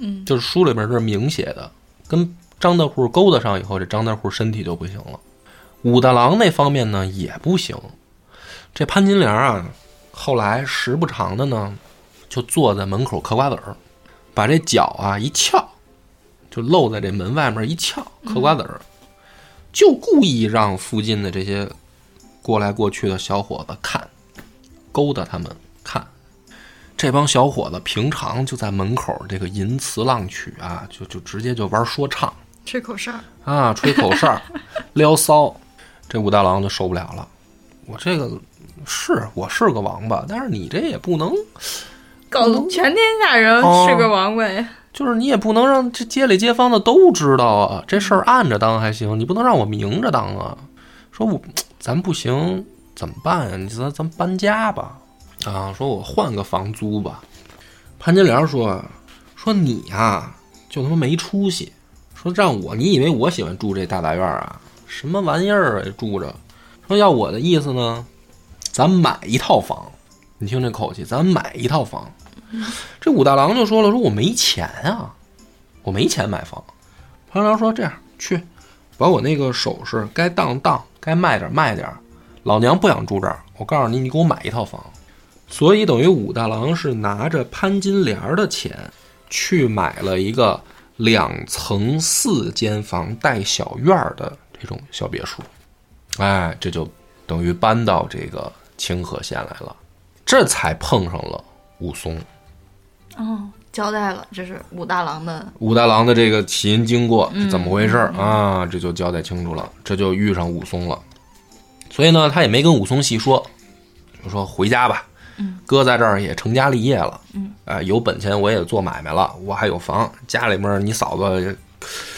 Speaker 5: 嗯，
Speaker 2: 就是书里边这是明写的，跟张大户勾搭上以后，这张大户身体就不行了。武大郎那方面呢也不行，这潘金莲啊，后来时不常的呢，就坐在门口嗑瓜子儿，把这脚啊一翘，就露在这门外面一翘嗑瓜子儿，就故意让附近的这些过来过去的小伙子看，勾搭他们看。这帮小伙子平常就在门口这个吟词浪曲啊，就就直接就玩说唱
Speaker 5: 吹口哨，
Speaker 2: 啊，吹口哨、撩骚，这武大郎就受不了了。我这个是我是个王八，但是你这也不能，
Speaker 5: 搞得全天下人
Speaker 2: 哦
Speaker 5: 是个王八呀。
Speaker 2: 就是你也不能让这街里街坊的都知道啊。这事儿暗着当还行，你不能让我明着当啊。说我咱不行怎么办呀、你咱咱搬家吧，啊，说我换个房租吧。潘金莲说说你呀、就他妈没出息，说让我你以为我喜欢住这大杂院啊？什么玩意儿啊住着？说要我的意思呢，咱买一套房。你听这口气，咱买一套房。这武大郎就说了，说我没钱啊，我没钱买房。潘金莲说这样去，把我那个首饰该当当，该卖点卖点，老娘不想住这儿。我告诉你，你给我买一套房。所以等于武大郎是拿着潘金莲的钱去买了一个两层四间房带小院儿的这种小别墅，哎，这就等于搬到这个清河县来了，这才碰上了武松。
Speaker 4: 哦，交代了，这是武大郎的
Speaker 2: 武大郎的这个起因经过是怎么回事儿、啊？这就交代清楚了，这就遇上武松了。所以呢，他也没跟武松细说，就说回家吧，哥在这儿也成家立业了，嗯，啊、有本钱我也做买卖了，我还有房，家里面你嫂子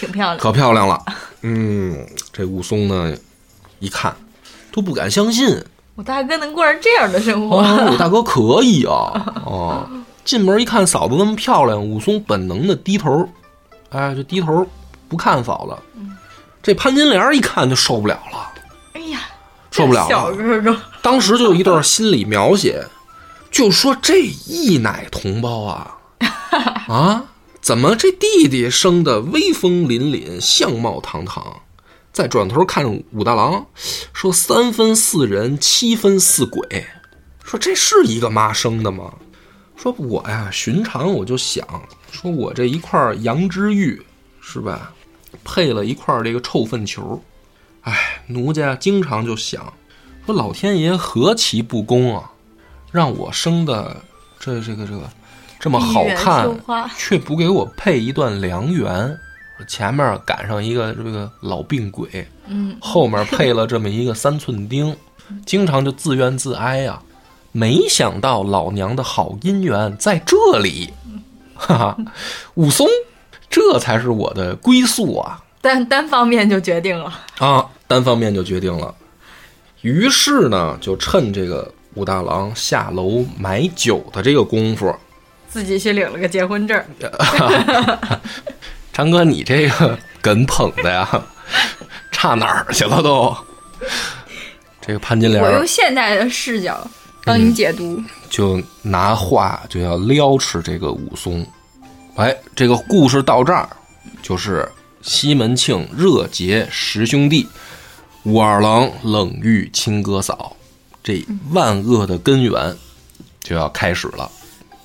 Speaker 4: 挺漂亮，
Speaker 2: 可漂亮了，嗯，这武松呢，一看都不敢相信，
Speaker 4: 我大哥能过上这样的生活，
Speaker 2: 啊，我大哥可以啊，哦，进门一看嫂子那么漂亮，武松本能的低头，哎，就低头不看嫂子。这潘金莲一看就受不了了，
Speaker 5: 哎呀，
Speaker 2: 受不了
Speaker 5: 小
Speaker 2: 了，
Speaker 5: 哥哥，
Speaker 2: 当时就有一段心理描写，就说这一奶同胞啊，啊，怎么这弟弟生的威风凛凛，相貌堂堂？再转头看武大郎，说三分似人，七分似鬼。说这是一个妈生的吗？说我呀，寻常我就想，说我这一块羊脂玉是吧，配了一块这个臭粪球，哎，奴家经常就想，说老天爷何其不公啊，让我生的这这个这个这么好
Speaker 5: 一园
Speaker 2: 看
Speaker 5: 秋花，
Speaker 2: 却不给我配一段良缘。前面赶上一个这个老病鬼，嗯，后面配了这么一个三寸钉，经常就自怨自哀呀、没想到老娘的好姻缘在这里，哈哈，武松，这才是我的归宿啊！
Speaker 4: 单单方面就决定了。
Speaker 2: 啊，单方面就决定了。于是呢，就趁这个武大郎下楼买酒的这个功夫，
Speaker 5: 自己去领了个结婚证，
Speaker 2: 长哥，你这个梗捧的呀，差哪儿去了都？这个潘金莲
Speaker 5: 我
Speaker 2: 儿嗯
Speaker 5: 用现代的视角帮你解读。
Speaker 2: 就拿话就要撩吃这个武松。哎，这个故事到这儿，就是西门庆热结十兄弟，武二郎冷遇亲哥嫂，这万恶的根源就要开始了，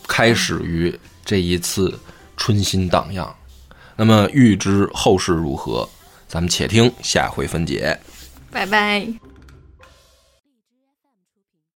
Speaker 2: 开始于这一次春心荡漾。那么，预知后事如何，咱们且听下回分解。
Speaker 5: 拜拜。